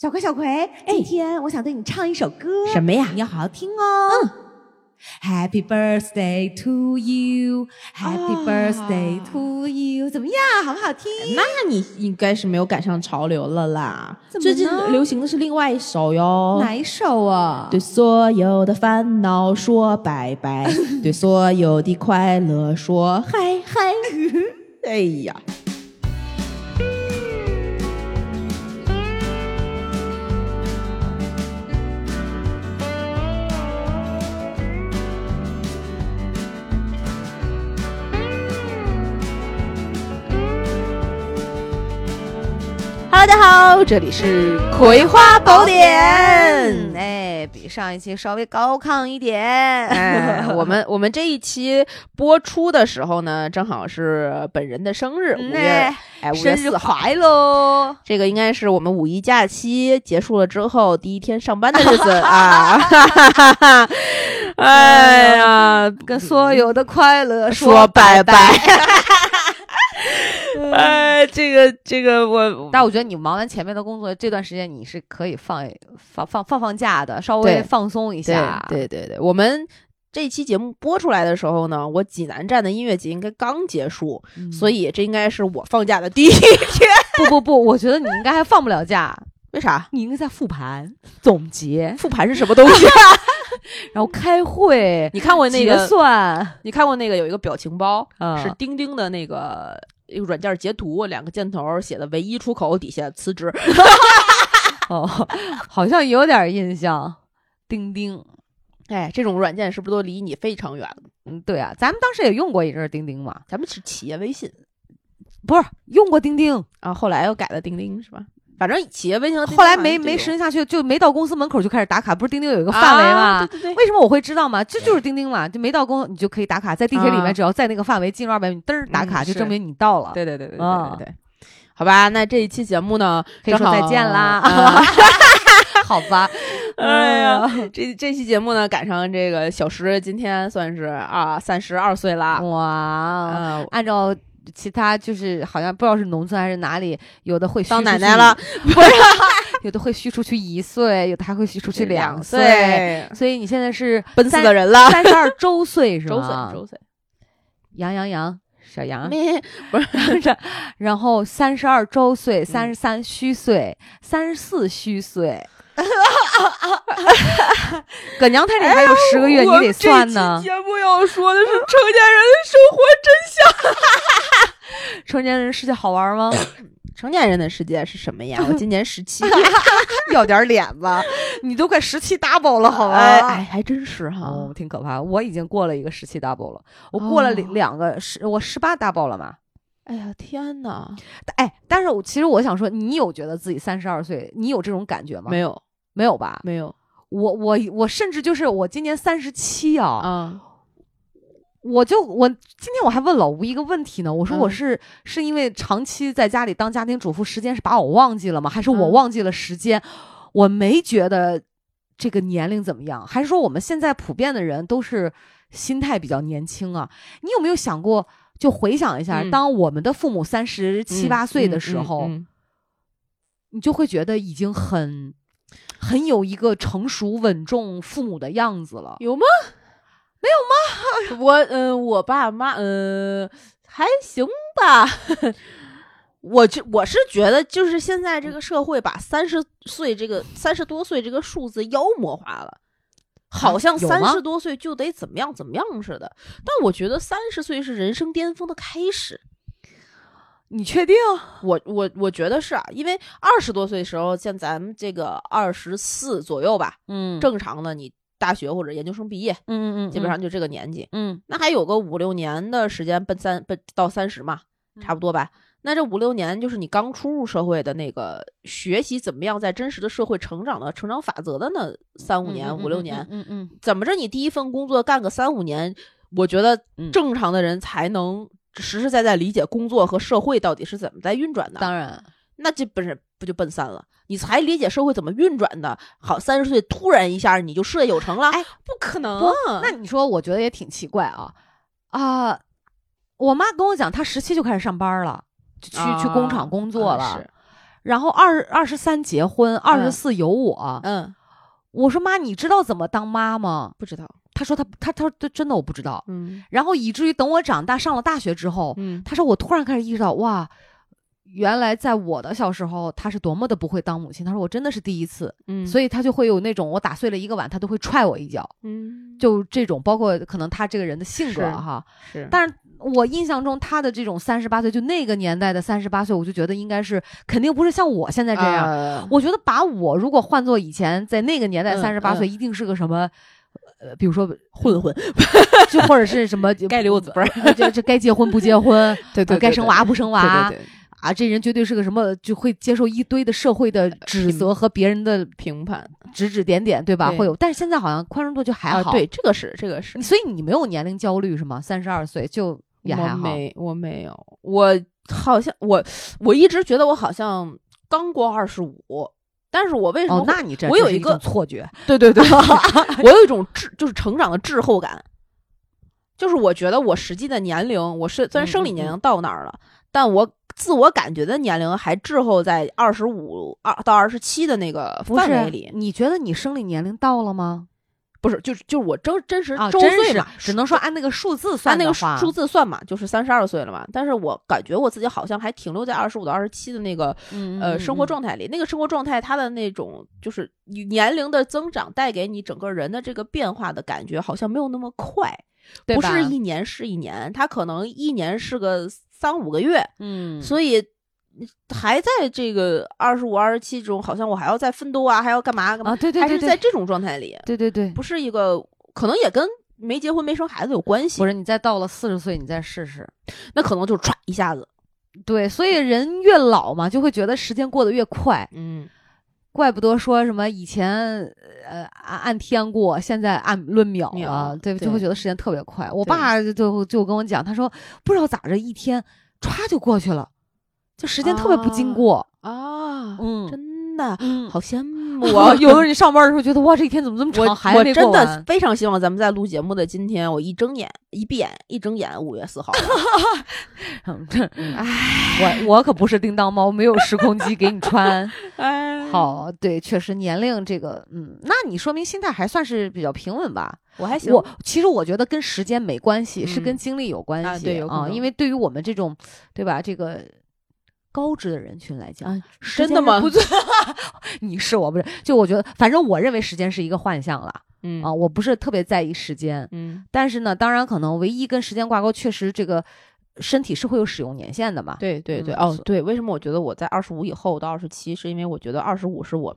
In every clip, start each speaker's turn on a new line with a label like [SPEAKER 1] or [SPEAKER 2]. [SPEAKER 1] 小葵，小葵，今天我想对你唱一首歌，
[SPEAKER 2] 哎什么呀
[SPEAKER 1] 你要好好听哦。Happy birthday to you, Happy
[SPEAKER 2] 啊
[SPEAKER 1] birthday to you，怎么样？好不好听？
[SPEAKER 2] 那你应该是没有赶上潮流了啦。
[SPEAKER 1] 怎么
[SPEAKER 2] 最近
[SPEAKER 1] 呢
[SPEAKER 2] 流行的是另外一首哟。
[SPEAKER 1] 哪一首啊？
[SPEAKER 2] 对所有的烦恼说拜拜，对所有的快乐说嗨嗨。哎呀，Hello，大家好，这里是《葵花宝典》。
[SPEAKER 1] 哎，比上一期稍微高亢一点。嗯
[SPEAKER 2] 哎， 我们我们这一期播出的时候呢，正好是本人的生日，五
[SPEAKER 1] 嗯
[SPEAKER 2] 月
[SPEAKER 1] 哎
[SPEAKER 2] 哎，五
[SPEAKER 1] 生
[SPEAKER 2] 月
[SPEAKER 1] 日
[SPEAKER 2] 四号。
[SPEAKER 1] 快乐！
[SPEAKER 2] 这个应该是我们五一假期结束了之后第一天上班的日 子啊！哈哈哈哈哎呀，
[SPEAKER 1] 跟所有的快乐
[SPEAKER 2] 嗯说拜
[SPEAKER 1] 拜。
[SPEAKER 2] 拜！ 哎，这个这个我
[SPEAKER 1] 但我觉得你忙完前面的工作，这段时间你是可以放放放放放假的，稍微
[SPEAKER 2] 对
[SPEAKER 1] 放松一
[SPEAKER 2] 对
[SPEAKER 1] 下。
[SPEAKER 2] 对对对，我们。这期节目播出来的时候呢，我济南站的音乐节应该刚结束，
[SPEAKER 1] 嗯
[SPEAKER 2] 所以这应该是我放假的第一
[SPEAKER 1] 不不不，我觉得你应该还放不了假，
[SPEAKER 2] 为啥？
[SPEAKER 1] 你应该在复盘、总结，
[SPEAKER 2] 复盘是什么东西？
[SPEAKER 1] 然后开会、
[SPEAKER 2] 你看过 那
[SPEAKER 1] 结
[SPEAKER 2] 个？
[SPEAKER 1] 算，
[SPEAKER 2] 你看过那个有一个表情包，
[SPEAKER 1] 嗯
[SPEAKER 2] 是钉钉的那个一个软件截图，两个箭头写的“唯一出口”，底下辞职。
[SPEAKER 1] 哦， 好像有点印象。钉钉，
[SPEAKER 2] 哎，这种软件是不是都离你非常远了？
[SPEAKER 1] 嗯，对啊，咱们当时也用过一阵儿钉钉嘛，
[SPEAKER 2] 咱们是企业微信
[SPEAKER 1] 不是用过钉钉，
[SPEAKER 2] 啊，后来又改了钉钉是吧？反正企业微信和钉钉
[SPEAKER 1] 后来
[SPEAKER 2] 好像
[SPEAKER 1] 没
[SPEAKER 2] 就
[SPEAKER 1] 没
[SPEAKER 2] 有
[SPEAKER 1] 实行下去，就没到公司门口就开始打卡，不是钉钉有一个范围吗？
[SPEAKER 2] 啊对对对，
[SPEAKER 1] 为什么我会知道吗？这就是钉钉嘛，就没到公你就可以打卡，在地铁里面
[SPEAKER 2] 啊
[SPEAKER 1] 只要在那个范围进入二百米，嘚儿打卡
[SPEAKER 2] 嗯
[SPEAKER 1] 就是证明你到了。
[SPEAKER 2] 对对对对对
[SPEAKER 1] 啊
[SPEAKER 2] 对对对。好吧，那这一期节目呢，
[SPEAKER 1] 可以说
[SPEAKER 2] 正好
[SPEAKER 1] 再见啦
[SPEAKER 2] 啊
[SPEAKER 1] 好吧，
[SPEAKER 2] 哎呀，这这期节目呢，赶上这个小石今天算是啊三十二岁啦。
[SPEAKER 1] 哇，
[SPEAKER 2] 啊，
[SPEAKER 1] 呃按照。其他就是好像不知道是农村还是哪里，有的会虚
[SPEAKER 2] 当
[SPEAKER 1] 出
[SPEAKER 2] 奶
[SPEAKER 1] 去
[SPEAKER 2] 奶了，
[SPEAKER 1] 不是， 有的会虚出去一 岁，有的还会虚出去两岁。，所以你现在是
[SPEAKER 2] 奔四的人了，
[SPEAKER 1] 三十二周岁是
[SPEAKER 2] 周岁
[SPEAKER 1] 吗？
[SPEAKER 2] 周岁，
[SPEAKER 1] 杨洋洋，小杨，
[SPEAKER 2] 咩不是
[SPEAKER 1] 然后三十二周
[SPEAKER 2] 嗯
[SPEAKER 1] 岁，三十三虚岁，三十四虚 岁。搁娘胎里还有十
[SPEAKER 2] 哎
[SPEAKER 1] 个月，你得算呢。
[SPEAKER 2] 节目要说 的是成年人的生活，
[SPEAKER 1] 成年人世界好玩吗？
[SPEAKER 2] 成年人的世界是什么 呀？我今年十七，
[SPEAKER 1] 要点脸吧，你都快十七 double 了，好吗？
[SPEAKER 2] 哎哎，还真是哈。
[SPEAKER 1] 哦，挺可怕。我已经过了一个十七 double 了，我过了
[SPEAKER 2] 哦
[SPEAKER 1] 两两个十，我十八 double 了嘛。
[SPEAKER 2] 哎呀，天哪，
[SPEAKER 1] 哎，但是我其实我想说，你有觉得自己三十二岁，你有这种感觉吗？
[SPEAKER 2] 没有
[SPEAKER 1] 没有吧？
[SPEAKER 2] 没有
[SPEAKER 1] 我我我甚至就是我今年三十七啊，
[SPEAKER 2] 啊，
[SPEAKER 1] 我就我今天我还问老吴一个问题呢，我说
[SPEAKER 2] 嗯
[SPEAKER 1] 我是、是因为长期在家里当家庭主妇，时间是把我忘记了吗？还是我
[SPEAKER 2] 嗯
[SPEAKER 1] 忘记了时间？我没觉得这个年龄怎么样，还是说我们现在普遍的人都是心态比较年轻啊？你有没有想过，就回想一下，
[SPEAKER 2] 嗯
[SPEAKER 1] 当我们的父母三十七八岁的
[SPEAKER 2] 嗯
[SPEAKER 1] 时
[SPEAKER 2] 嗯
[SPEAKER 1] 候，
[SPEAKER 2] 嗯
[SPEAKER 1] 你就会觉得已经很很有一个成熟稳重父母的样子了。
[SPEAKER 2] 有吗？没有吗？我嗯、我爸妈嗯、还行吧。 我这我是觉得，就是现在这个社会把三十岁这个三十多岁这个数字妖魔化了，好像
[SPEAKER 1] 有吗
[SPEAKER 2] 三十多岁就得怎么样怎么样似的。但我觉得三十岁是人生巅峰的开始，
[SPEAKER 1] 你确定？
[SPEAKER 2] 我我我觉得是啊，因为二十多岁时候，像咱们这个二十四左右吧，
[SPEAKER 1] 嗯
[SPEAKER 2] 正常的你大学或者研究生毕业，
[SPEAKER 1] 嗯嗯，
[SPEAKER 2] 基本上就这个年纪。
[SPEAKER 1] 嗯。
[SPEAKER 2] 那还有个五六年的时间奔三奔到三十嘛，差
[SPEAKER 1] 嗯
[SPEAKER 2] 不多吧。那这五六年就是你刚出入社会的那个学习怎么样在真实的社会成长的成长法则的那三五年、五六年，
[SPEAKER 1] 嗯嗯
[SPEAKER 2] 怎么着你第一份工作干个三五年，我觉得
[SPEAKER 1] 嗯
[SPEAKER 2] 正常的人才能实实在在理解工作和社会到底是怎么在运转的。
[SPEAKER 1] 当然，
[SPEAKER 2] 那这本身不就奔三了？你才理解社会怎么运转的，好，三十岁突然一下你就事业有成了，
[SPEAKER 1] 哎，
[SPEAKER 2] 不可能
[SPEAKER 1] 不那你说，我觉得也挺奇怪啊啊、我妈跟我讲，她十七就开始上班了，就去、去工厂工作了，
[SPEAKER 2] 啊啊是
[SPEAKER 1] 然后二二十三结婚，二十四有我。
[SPEAKER 2] 嗯，
[SPEAKER 1] 我说妈，你知道怎么当妈吗？
[SPEAKER 2] 不知道，
[SPEAKER 1] 她说她她她说真的我不知道。
[SPEAKER 2] 嗯
[SPEAKER 1] 然后以至于等我长大上了大学之后，
[SPEAKER 2] 嗯，
[SPEAKER 1] 她说我突然开始意识到，哇，原来在我的小时候，她是多么的不会当母亲。她说我真的是第一次，
[SPEAKER 2] 嗯
[SPEAKER 1] 所
[SPEAKER 2] 以
[SPEAKER 1] 以她就会有那种我打碎了一个碗，她都会踹我一脚，
[SPEAKER 2] 嗯
[SPEAKER 1] 就这种。包括可能她这个人的性格
[SPEAKER 2] 是
[SPEAKER 1] 哈，
[SPEAKER 2] 是，
[SPEAKER 1] 但是我印象中她的这种三十八岁，就那个年代的三十八岁，我就觉得应该是肯定不是像我现在这样。
[SPEAKER 2] 样，
[SPEAKER 1] 我觉得把我如果换做以前在那个年代
[SPEAKER 2] 嗯
[SPEAKER 1] 三十八岁，
[SPEAKER 2] 嗯
[SPEAKER 1] 一定是个什么，呃，比如说
[SPEAKER 2] 混混，
[SPEAKER 1] 就或者是什么
[SPEAKER 2] 该溜子
[SPEAKER 1] 不是这这该结婚不结婚，
[SPEAKER 2] 对
[SPEAKER 1] 呃该生娃不生娃
[SPEAKER 2] 对对对，
[SPEAKER 1] 啊，这人绝对是个什么，就会接受一堆的社会
[SPEAKER 2] 呃
[SPEAKER 1] 的指责和别人的
[SPEAKER 2] 评判
[SPEAKER 1] 指指点点，对吧？
[SPEAKER 2] 对
[SPEAKER 1] 会有，但是现在好像宽容度就还
[SPEAKER 2] 啊，
[SPEAKER 1] 好，
[SPEAKER 2] 对，这个是这个是，
[SPEAKER 1] 所以你没有年龄焦虑是吗？三十二岁就也还
[SPEAKER 2] 嗯我
[SPEAKER 1] 好，
[SPEAKER 2] 没我没有，我好像我我一直觉得我好像刚过二十五，但是我为什么
[SPEAKER 1] 哦，
[SPEAKER 2] 会、
[SPEAKER 1] 那你这
[SPEAKER 2] 我有
[SPEAKER 1] 这是
[SPEAKER 2] 一
[SPEAKER 1] 一种
[SPEAKER 2] 个
[SPEAKER 1] 错觉，
[SPEAKER 2] 对对对， 我有一种滞就是成长的滞后感，就是我觉得我实际的年龄，我是虽然
[SPEAKER 1] 嗯
[SPEAKER 2] 生理年龄到那儿了，但我自我感觉的年龄还滞后在二十五二到二十七的那个
[SPEAKER 1] 不
[SPEAKER 2] 范
[SPEAKER 1] 是
[SPEAKER 2] 围里，？
[SPEAKER 1] 你觉得你生理年龄到了吗？
[SPEAKER 2] 不是，就是就是我真真实
[SPEAKER 1] 啊，
[SPEAKER 2] 周
[SPEAKER 1] 真
[SPEAKER 2] 岁
[SPEAKER 1] 是
[SPEAKER 2] 嘛，
[SPEAKER 1] 只能说按那个数字算
[SPEAKER 2] 按那个
[SPEAKER 1] 的
[SPEAKER 2] 数
[SPEAKER 1] 话
[SPEAKER 2] 数字算嘛，就是三十二岁了嘛。但是我感觉我自己好像还停留在二十五到二十七的那个
[SPEAKER 1] 嗯
[SPEAKER 2] 呃生活状态里。那个生活状态，它的那种就是你年龄的增长带给你整个人的这个变化的感觉，好像没有那么快，
[SPEAKER 1] 对
[SPEAKER 2] 不
[SPEAKER 1] 吧
[SPEAKER 2] 是一年是一年，它可能一年是个三五个月，
[SPEAKER 1] 嗯，
[SPEAKER 2] 所以。还在这个二十五、二十七中，好像我还要再奋斗啊，还要干嘛干嘛？
[SPEAKER 1] 啊，对对
[SPEAKER 2] 还
[SPEAKER 1] 对
[SPEAKER 2] 是在
[SPEAKER 1] 对，
[SPEAKER 2] 这种状态里，
[SPEAKER 1] 对对对，
[SPEAKER 2] 不是一个，可能也跟没结婚、没生孩子有关系
[SPEAKER 1] 不。是你再到了四十岁，你再试试。
[SPEAKER 2] 那可能就歘一下子，
[SPEAKER 1] 对，所以人越老嘛，就会觉得时间过得越快，
[SPEAKER 2] 嗯，
[SPEAKER 1] 怪不得说什么以前呃按按天过，现在按论秒
[SPEAKER 2] 秒
[SPEAKER 1] 了，对，
[SPEAKER 2] 对
[SPEAKER 1] 就会觉得时间特别快。我
[SPEAKER 2] 对
[SPEAKER 1] 爸就就就跟我讲，他说不知道咋着一天歘就过去了，就时间特别不经
[SPEAKER 2] 啊
[SPEAKER 1] 过。
[SPEAKER 2] 啊，
[SPEAKER 1] 嗯
[SPEAKER 2] 真的
[SPEAKER 1] 嗯，
[SPEAKER 2] 好羡慕
[SPEAKER 1] 我
[SPEAKER 2] 啊！
[SPEAKER 1] 有时候你上班的时候觉得哇，这一天怎么这么
[SPEAKER 2] 我
[SPEAKER 1] 长，还
[SPEAKER 2] 我
[SPEAKER 1] 没过
[SPEAKER 2] 真的
[SPEAKER 1] 完
[SPEAKER 2] 非常希望咱们在录节目的今天，我一睁眼一闭眼一睁眼，五月四号了，
[SPEAKER 1] 嗯这 嗯我我可不是叮当猫，没有时空机给你穿。
[SPEAKER 2] 哎，
[SPEAKER 1] 好，对，确实年龄这个，嗯，那你说明心态还算是比较平稳吧？
[SPEAKER 2] 我还哎行，
[SPEAKER 1] 我其实我觉得跟时间没关系，是跟
[SPEAKER 2] 嗯
[SPEAKER 1] 经历有关系
[SPEAKER 2] 啊对有可能
[SPEAKER 1] 因为对于我们这种，对吧？这个高知的人群来讲，
[SPEAKER 2] 啊
[SPEAKER 1] 时
[SPEAKER 2] 真
[SPEAKER 1] 间
[SPEAKER 2] 的
[SPEAKER 1] 是
[SPEAKER 2] 吗
[SPEAKER 1] 不 你是我不是？就我觉得，反正我认为时间是一个幻象了、
[SPEAKER 2] 嗯
[SPEAKER 1] 啊，我不是特别在意时间，
[SPEAKER 2] 嗯，
[SPEAKER 1] 但是呢，当然可能唯一跟时间挂钩，确实这个身体是会有使用年限的嘛。
[SPEAKER 2] 对对对，
[SPEAKER 1] 嗯
[SPEAKER 2] 哦
[SPEAKER 1] 所
[SPEAKER 2] 对，为什么我觉得我在二十五以后到二十七，是因为我觉得二十五是我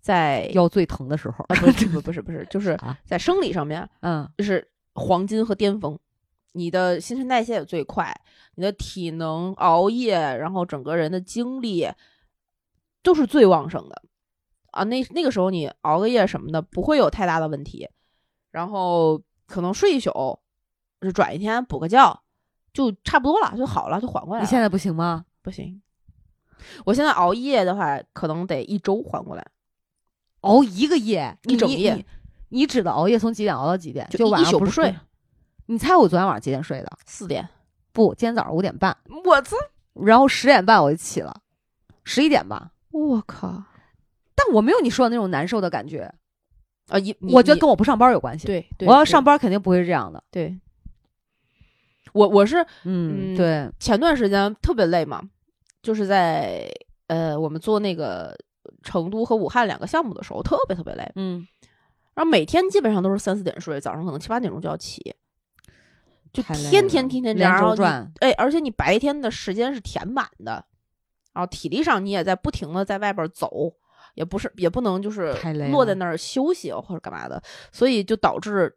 [SPEAKER 2] 在
[SPEAKER 1] 腰最疼的时候，
[SPEAKER 2] 啊不是不是不是不是，就是
[SPEAKER 1] 啊
[SPEAKER 2] 在生理上面
[SPEAKER 1] 嗯
[SPEAKER 2] 就是黄金和巅峰，你的新陈代谢也最快，你的体能、熬夜，然后整个人的精力都是最旺盛的啊。那那个时候你熬个夜什么的不会有太大的问题，然后可能睡一宿，就转一天补个觉，就差不多了，就好了，就缓过来
[SPEAKER 1] 你
[SPEAKER 2] 了。
[SPEAKER 1] 现在不行吗？
[SPEAKER 2] 不行，我现在熬夜的话，可能得一周缓过来，
[SPEAKER 1] 熬一个夜，
[SPEAKER 2] 一整夜
[SPEAKER 1] 你你你指的熬夜从几点熬到几点？
[SPEAKER 2] 就
[SPEAKER 1] 就
[SPEAKER 2] 一
[SPEAKER 1] 晚
[SPEAKER 2] 一
[SPEAKER 1] 上
[SPEAKER 2] 宿
[SPEAKER 1] 不
[SPEAKER 2] 不睡。
[SPEAKER 1] 你猜我昨天晚上几点睡的？
[SPEAKER 2] 四点。
[SPEAKER 1] 不，今天早上五点半，
[SPEAKER 2] 我操！
[SPEAKER 1] 然后十点半我就起了，十一点吧。
[SPEAKER 2] 我靠！
[SPEAKER 1] 但我没有你说的那种难受的感觉，
[SPEAKER 2] 啊，一你
[SPEAKER 1] 我觉得
[SPEAKER 2] 你
[SPEAKER 1] 跟我不上班有关系。
[SPEAKER 2] 对，对
[SPEAKER 1] 我要
[SPEAKER 2] 对
[SPEAKER 1] 上班肯定不会是这样的。
[SPEAKER 2] 对，我我是
[SPEAKER 1] 嗯，
[SPEAKER 2] 嗯
[SPEAKER 1] 对，
[SPEAKER 2] 前段时间特别累嘛，就是在呃我们做那个成都和武汉两个项目的时候，特别特别累，
[SPEAKER 1] 嗯，
[SPEAKER 2] 然后每天基本上都是三四点睡，早上可能七八点钟就要起，就
[SPEAKER 1] 太累
[SPEAKER 2] 天
[SPEAKER 1] 了
[SPEAKER 2] 天天天这
[SPEAKER 1] 连
[SPEAKER 2] 样，然
[SPEAKER 1] 轴
[SPEAKER 2] 后你
[SPEAKER 1] 转
[SPEAKER 2] 哎，而且你白天的时间是填满的，然后体力上你也在不停的在外边走。也不是，也不能就是
[SPEAKER 1] 太累
[SPEAKER 2] 落
[SPEAKER 1] 了
[SPEAKER 2] 在那儿休息或者干嘛的，所以就导致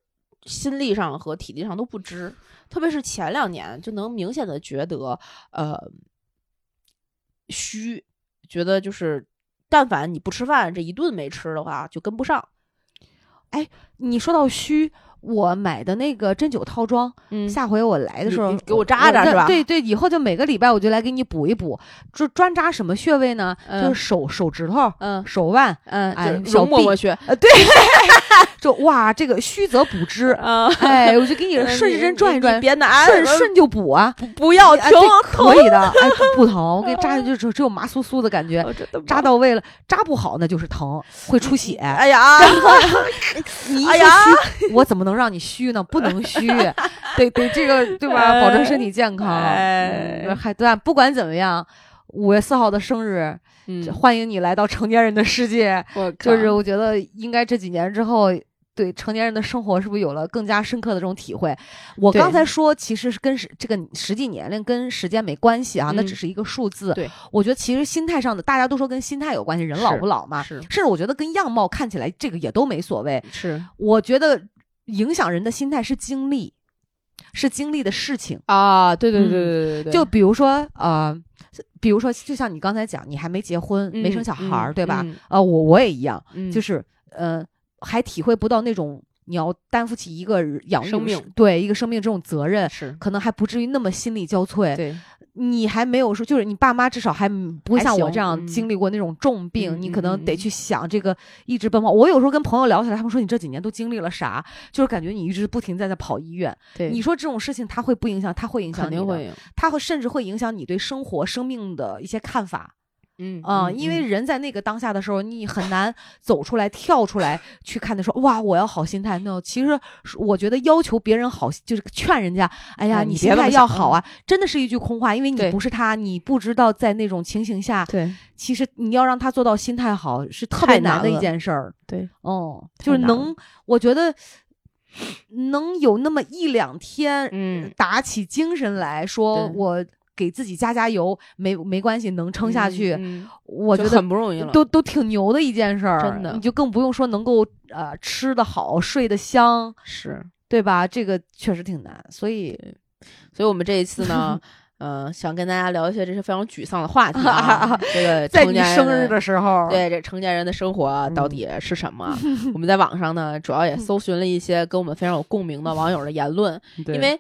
[SPEAKER 2] 心力上和体力上都不支。特别是前两年，就能明显的觉得，呃，虚，觉得就是，但凡你不吃饭，这一顿没吃的话，就跟不上。
[SPEAKER 1] 你说到虚，我买的那个针灸套装，
[SPEAKER 2] 嗯
[SPEAKER 1] 下回我来的时候
[SPEAKER 2] 你给我扎扎
[SPEAKER 1] 我
[SPEAKER 2] 是吧
[SPEAKER 1] 对对，以后就每个礼拜我就来给你补一补，专专扎什么穴位呢？
[SPEAKER 2] 嗯
[SPEAKER 1] 就是手手指头、
[SPEAKER 2] 嗯
[SPEAKER 1] 手腕，
[SPEAKER 2] 嗯，
[SPEAKER 1] 哎
[SPEAKER 2] 就是
[SPEAKER 1] 小
[SPEAKER 2] 容嬷
[SPEAKER 1] 臂
[SPEAKER 2] 嬷穴
[SPEAKER 1] 呃，对，就哇，这个虚则补 之，
[SPEAKER 2] 啊，
[SPEAKER 1] 哎，我就给你
[SPEAKER 2] 嗯
[SPEAKER 1] 顺时针
[SPEAKER 2] 你
[SPEAKER 1] 转一
[SPEAKER 2] 你
[SPEAKER 1] 转，
[SPEAKER 2] 别拿，
[SPEAKER 1] 顺顺就补啊，
[SPEAKER 2] 不不要嗯
[SPEAKER 1] 哎
[SPEAKER 2] 疼
[SPEAKER 1] 这
[SPEAKER 2] 疼
[SPEAKER 1] 可，以的，哎， 不不疼，我给扎下去就只有麻酥酥的感觉，
[SPEAKER 2] 哦真的吗
[SPEAKER 1] 扎到位了，扎不好那就是疼，会出血。
[SPEAKER 2] 哎 呀，
[SPEAKER 1] 你一
[SPEAKER 2] 哎
[SPEAKER 1] 说
[SPEAKER 2] 呀
[SPEAKER 1] 虚，我怎么能让你虚呢？不能 虚，得得这个对吧？保证身体健康。
[SPEAKER 2] 哎
[SPEAKER 1] 嗯还但不管怎么样，五月四号的生日，
[SPEAKER 2] 嗯
[SPEAKER 1] 欢迎你来到成年人的世界。
[SPEAKER 2] 我
[SPEAKER 1] 就是我觉得应该这几年之后。对成年人的生活是不是有了更加深刻的这种体会？我
[SPEAKER 2] 对
[SPEAKER 1] 刚才说，其实是跟时这个实际年龄跟时间没关系啊，那
[SPEAKER 2] 嗯
[SPEAKER 1] 只是一个数字。
[SPEAKER 2] 对，
[SPEAKER 1] 我觉得其实心态上的，大家都说跟心态有关系，人老
[SPEAKER 2] 是
[SPEAKER 1] 不老嘛，
[SPEAKER 2] 是
[SPEAKER 1] 甚至我觉得跟样貌看起来这个也都没所谓。
[SPEAKER 2] 是
[SPEAKER 1] 我觉得影响人的心态是经历，是经历的事情。
[SPEAKER 2] 啊，对对对
[SPEAKER 1] 嗯
[SPEAKER 2] 对对对，
[SPEAKER 1] 就比如说呃，比如说，就像你刚才讲，你还没结婚，没生小孩儿，
[SPEAKER 2] 嗯
[SPEAKER 1] 对吧？？
[SPEAKER 2] 嗯
[SPEAKER 1] 呃，我我也一样，
[SPEAKER 2] 嗯
[SPEAKER 1] 就是呃，还体会不到那种你要担负起一个养育
[SPEAKER 2] 生命
[SPEAKER 1] 对一个生命这种责任。
[SPEAKER 2] 是
[SPEAKER 1] 可能还不至于那么心力交瘁，
[SPEAKER 2] 对，
[SPEAKER 1] 你还没有说，就是你爸妈至少还不会
[SPEAKER 2] 还
[SPEAKER 1] 像我
[SPEAKER 2] 行
[SPEAKER 1] 这样
[SPEAKER 2] 嗯
[SPEAKER 1] 经历过那种重病，
[SPEAKER 2] 嗯
[SPEAKER 1] 你
[SPEAKER 2] 嗯
[SPEAKER 1] 可能
[SPEAKER 2] 嗯
[SPEAKER 1] 得
[SPEAKER 2] 嗯
[SPEAKER 1] 去想这个一直奔跑。我有时候跟朋友聊起来，他们说你这几年都经历了啥，就是感觉你一直不停在那跑医院。
[SPEAKER 2] 对
[SPEAKER 1] 你说这种事情，它会不影响？它会影响
[SPEAKER 2] 肯
[SPEAKER 1] 你
[SPEAKER 2] 定
[SPEAKER 1] 的，
[SPEAKER 2] 会有，
[SPEAKER 1] 它会甚至会影响你对生活、生命的一些看法
[SPEAKER 2] 嗯
[SPEAKER 1] 啊、因为人在那个当下的时候，你很难走出来、跳出来去看的说，哇，我要好心态。no，其实我觉得要求别人好，就是劝人家，哎呀，
[SPEAKER 2] 哎
[SPEAKER 1] 你
[SPEAKER 2] 你
[SPEAKER 1] 心
[SPEAKER 2] 别那
[SPEAKER 1] 态
[SPEAKER 2] 么
[SPEAKER 1] 要
[SPEAKER 2] 想
[SPEAKER 1] 好啊，真的是一句空话，因为你
[SPEAKER 2] 对
[SPEAKER 1] 不是他，你不知道在那种情形下，
[SPEAKER 2] 对
[SPEAKER 1] 其实你要让他做到心态好是特别
[SPEAKER 2] 太难
[SPEAKER 1] 的一
[SPEAKER 2] 了
[SPEAKER 1] 件事儿。
[SPEAKER 2] 对，
[SPEAKER 1] 哦，
[SPEAKER 2] 太
[SPEAKER 1] 就是
[SPEAKER 2] 难了
[SPEAKER 1] 能，我觉得能有那么一两天，
[SPEAKER 2] 嗯
[SPEAKER 1] 打起精神来说，
[SPEAKER 2] 对
[SPEAKER 1] 我给自己加加油，没没关系，能撑下去，
[SPEAKER 2] 嗯嗯
[SPEAKER 1] 我
[SPEAKER 2] 就
[SPEAKER 1] 觉得
[SPEAKER 2] 很不容易了，
[SPEAKER 1] 都都挺牛的一件事儿。
[SPEAKER 2] 真的
[SPEAKER 1] 你就更不用说能够呃吃得好、睡得香，
[SPEAKER 2] 是，
[SPEAKER 1] 对吧？这个确实挺难，所以
[SPEAKER 2] 所以我们这一次 呢。嗯，想跟大家聊一些这些非常沮丧的话题 啊这个
[SPEAKER 1] 在
[SPEAKER 2] 成
[SPEAKER 1] 你
[SPEAKER 2] 年人
[SPEAKER 1] 生日的时候，
[SPEAKER 2] 对这成年人的生活啊
[SPEAKER 1] 嗯
[SPEAKER 2] 到底是 什么？我们在网上呢，主要也搜寻了一些跟我们非常有共鸣的网友的言论，
[SPEAKER 1] 对，
[SPEAKER 2] 因为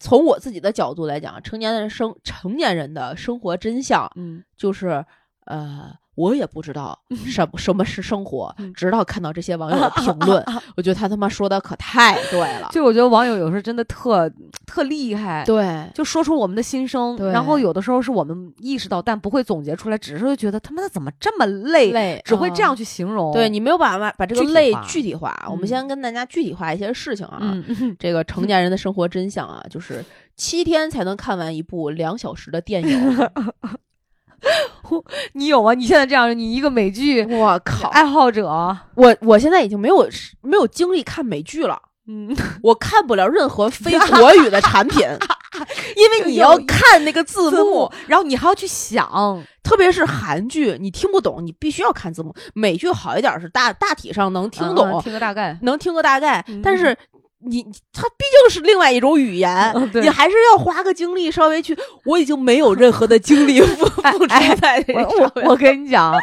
[SPEAKER 2] 从我自己的角度来讲，啊成年人生成年人的生活真相
[SPEAKER 1] 嗯，
[SPEAKER 2] 就是，呃，我也不知 道什么什么是生活
[SPEAKER 1] 嗯，
[SPEAKER 2] 直到看到这些网友的评 论，我觉得他他妈说的可太对了，
[SPEAKER 1] 就我觉得网友有时候真的特特厉害，
[SPEAKER 2] 啊对，
[SPEAKER 1] 就说出我们的心声，
[SPEAKER 2] 对
[SPEAKER 1] 然后有的时候是我们意识到，但不会总结出来，只是会觉得他妈的怎么这么累，
[SPEAKER 2] 累，
[SPEAKER 1] 只会
[SPEAKER 2] 嗯
[SPEAKER 1] 这样。去形容。
[SPEAKER 2] 对你没有把把把这个
[SPEAKER 1] 具体
[SPEAKER 2] 累
[SPEAKER 1] 化
[SPEAKER 2] 具体化，我们
[SPEAKER 1] 嗯
[SPEAKER 2] 先跟大家具体化一些事情啊。
[SPEAKER 1] 嗯，嗯，
[SPEAKER 2] 这个成年人的生活真相啊，就是七天才能看完一部两小时的电 影。
[SPEAKER 1] 你有吗？啊你现在这样，你一个美剧
[SPEAKER 2] 我靠！
[SPEAKER 1] 爱好者，
[SPEAKER 2] 哎
[SPEAKER 1] 啊
[SPEAKER 2] 我我现在已经没有没有精力看美剧了，
[SPEAKER 1] 嗯，
[SPEAKER 2] 我看不了任何 非国语的产品，因为你要看那个
[SPEAKER 1] 字
[SPEAKER 2] 字幕嗯
[SPEAKER 1] 幕，，然后你还要去想，
[SPEAKER 2] 特别是韩剧，你听不懂，你必须要看字幕。美剧好一点是大大体上能听懂，
[SPEAKER 1] 嗯听个大概。
[SPEAKER 2] 能听个大概，
[SPEAKER 1] 嗯
[SPEAKER 2] 但是你它毕竟是另外一种语言，
[SPEAKER 1] 嗯对
[SPEAKER 2] 你还是要花个精力稍微去。我已经没有任何的精力 付付
[SPEAKER 1] 哎
[SPEAKER 2] 出
[SPEAKER 1] 哎
[SPEAKER 2] 在这
[SPEAKER 1] 我
[SPEAKER 2] 上面。
[SPEAKER 1] 我我跟你 讲，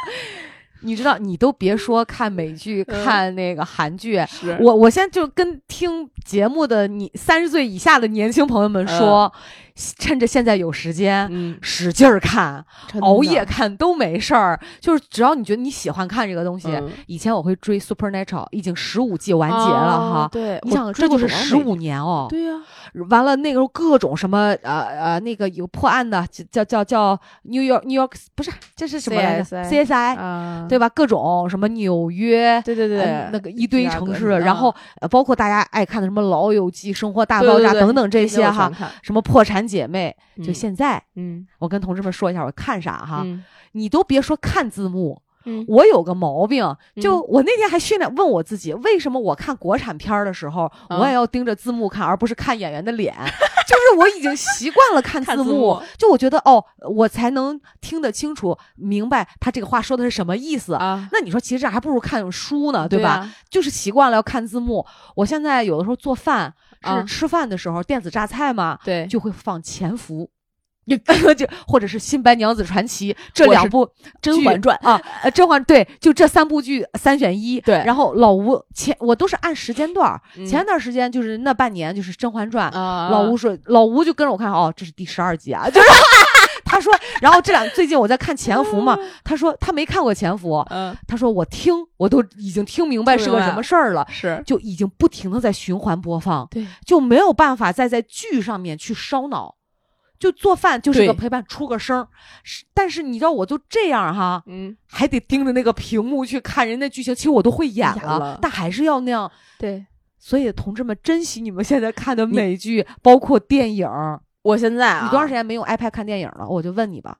[SPEAKER 1] 你知道，你都别说看美剧、
[SPEAKER 2] 嗯
[SPEAKER 1] 看那个韩剧，
[SPEAKER 2] 是
[SPEAKER 1] 我我现在就跟听节目的你三十岁以下的年轻朋友们说，趁着现在有时间。
[SPEAKER 2] 嗯，
[SPEAKER 1] 使劲儿看，
[SPEAKER 2] 真的嗯
[SPEAKER 1] 熬夜看都没事儿，就是只要你觉得你喜欢看这个东西。
[SPEAKER 2] 嗯
[SPEAKER 1] 以前我会追《Supernatural》，已经十五季完结了哈
[SPEAKER 2] 啊。对，
[SPEAKER 1] 你
[SPEAKER 2] 我
[SPEAKER 1] 想，
[SPEAKER 2] 追
[SPEAKER 1] 这
[SPEAKER 2] 过
[SPEAKER 1] 就是
[SPEAKER 2] 什么
[SPEAKER 1] 十
[SPEAKER 2] 美
[SPEAKER 1] 五
[SPEAKER 2] 剧。
[SPEAKER 1] 年哦。
[SPEAKER 2] 对呀、
[SPEAKER 1] 完了，那个时候各种什么呃呃，那个有破案的，叫叫叫 New York New York 不是，这是什么来着
[SPEAKER 2] CSI
[SPEAKER 1] ？CSI
[SPEAKER 2] 啊
[SPEAKER 1] 哎
[SPEAKER 2] 哎
[SPEAKER 1] 对吧？各种什么纽约，
[SPEAKER 2] 对对嗯
[SPEAKER 1] 呃那个一堆
[SPEAKER 2] 芝加
[SPEAKER 1] 城
[SPEAKER 2] 哥
[SPEAKER 1] 市，
[SPEAKER 2] 什么
[SPEAKER 1] 然后呃包括大家爱看的什么《老友记》《生活大爆炸》等等这些哈，，什么《破产姐妹》，就现在。
[SPEAKER 2] 嗯
[SPEAKER 1] 我跟同志们说一下，我看啥哈？
[SPEAKER 2] 嗯
[SPEAKER 1] 你都别说看字幕，
[SPEAKER 2] 嗯
[SPEAKER 1] 我有个毛病，就我那天还训练问我自己，为什么我看国产片儿的时候，
[SPEAKER 2] 啊
[SPEAKER 1] 我也要盯着字幕看，而不是看演员的脸？ 就是我已经习惯了看字
[SPEAKER 2] 看
[SPEAKER 1] 幕，
[SPEAKER 2] 字幕
[SPEAKER 1] 就我觉得哦，我才能听得清楚，明白他这个话说的是什么意思。
[SPEAKER 2] 啊，
[SPEAKER 1] 那你说，其实这还不如看书呢，
[SPEAKER 2] 对
[SPEAKER 1] 吧？
[SPEAKER 2] 啊？
[SPEAKER 1] 就是习惯了要看字幕。我现在有的时候做饭，
[SPEAKER 2] 啊
[SPEAKER 1] 是吃饭的时候，电子榨菜嘛，
[SPEAKER 2] 对，
[SPEAKER 1] 就会放潜伏。 就或者是《新白娘子传奇》这
[SPEAKER 2] 我
[SPEAKER 1] 两
[SPEAKER 2] 是
[SPEAKER 1] 部剧《
[SPEAKER 2] 甄嬛传
[SPEAKER 1] 啊，呃，《甄嬛》对，就这三部剧三选一。
[SPEAKER 2] 对
[SPEAKER 1] 然后老吴前我都是按时间段儿，
[SPEAKER 2] 嗯
[SPEAKER 1] 前段时间就是那半年就是《甄嬛传》
[SPEAKER 2] 啊
[SPEAKER 1] 老吴说老吴就跟着我看哦，这是第十二集啊，就是 他说，然后这两最近我在看《潜伏》嘛，他说他没看过《潜伏》，
[SPEAKER 2] 嗯
[SPEAKER 1] 他说我听我都已经听明白
[SPEAKER 2] 听
[SPEAKER 1] 是
[SPEAKER 2] 明
[SPEAKER 1] 个
[SPEAKER 2] 白
[SPEAKER 1] 什么事儿了，
[SPEAKER 2] 是
[SPEAKER 1] 就已经不停的在循环播放，
[SPEAKER 2] 对
[SPEAKER 1] 就没有办法再在剧上面去烧脑。就做饭就是个
[SPEAKER 2] 对
[SPEAKER 1] 陪伴，出个声儿。是但是你知道，我就这样哈，
[SPEAKER 2] 嗯
[SPEAKER 1] 还得盯着那个屏幕去看人家剧情。其实我都会演
[SPEAKER 2] 演
[SPEAKER 1] 了，
[SPEAKER 2] 了
[SPEAKER 1] 但还是要那样。
[SPEAKER 2] 对。
[SPEAKER 1] 所以，同志们，珍惜你们现在看的美剧，包括电影儿。
[SPEAKER 2] 我现在啊，
[SPEAKER 1] 你多长时间没用 iPad 看电影了？我就问你吧。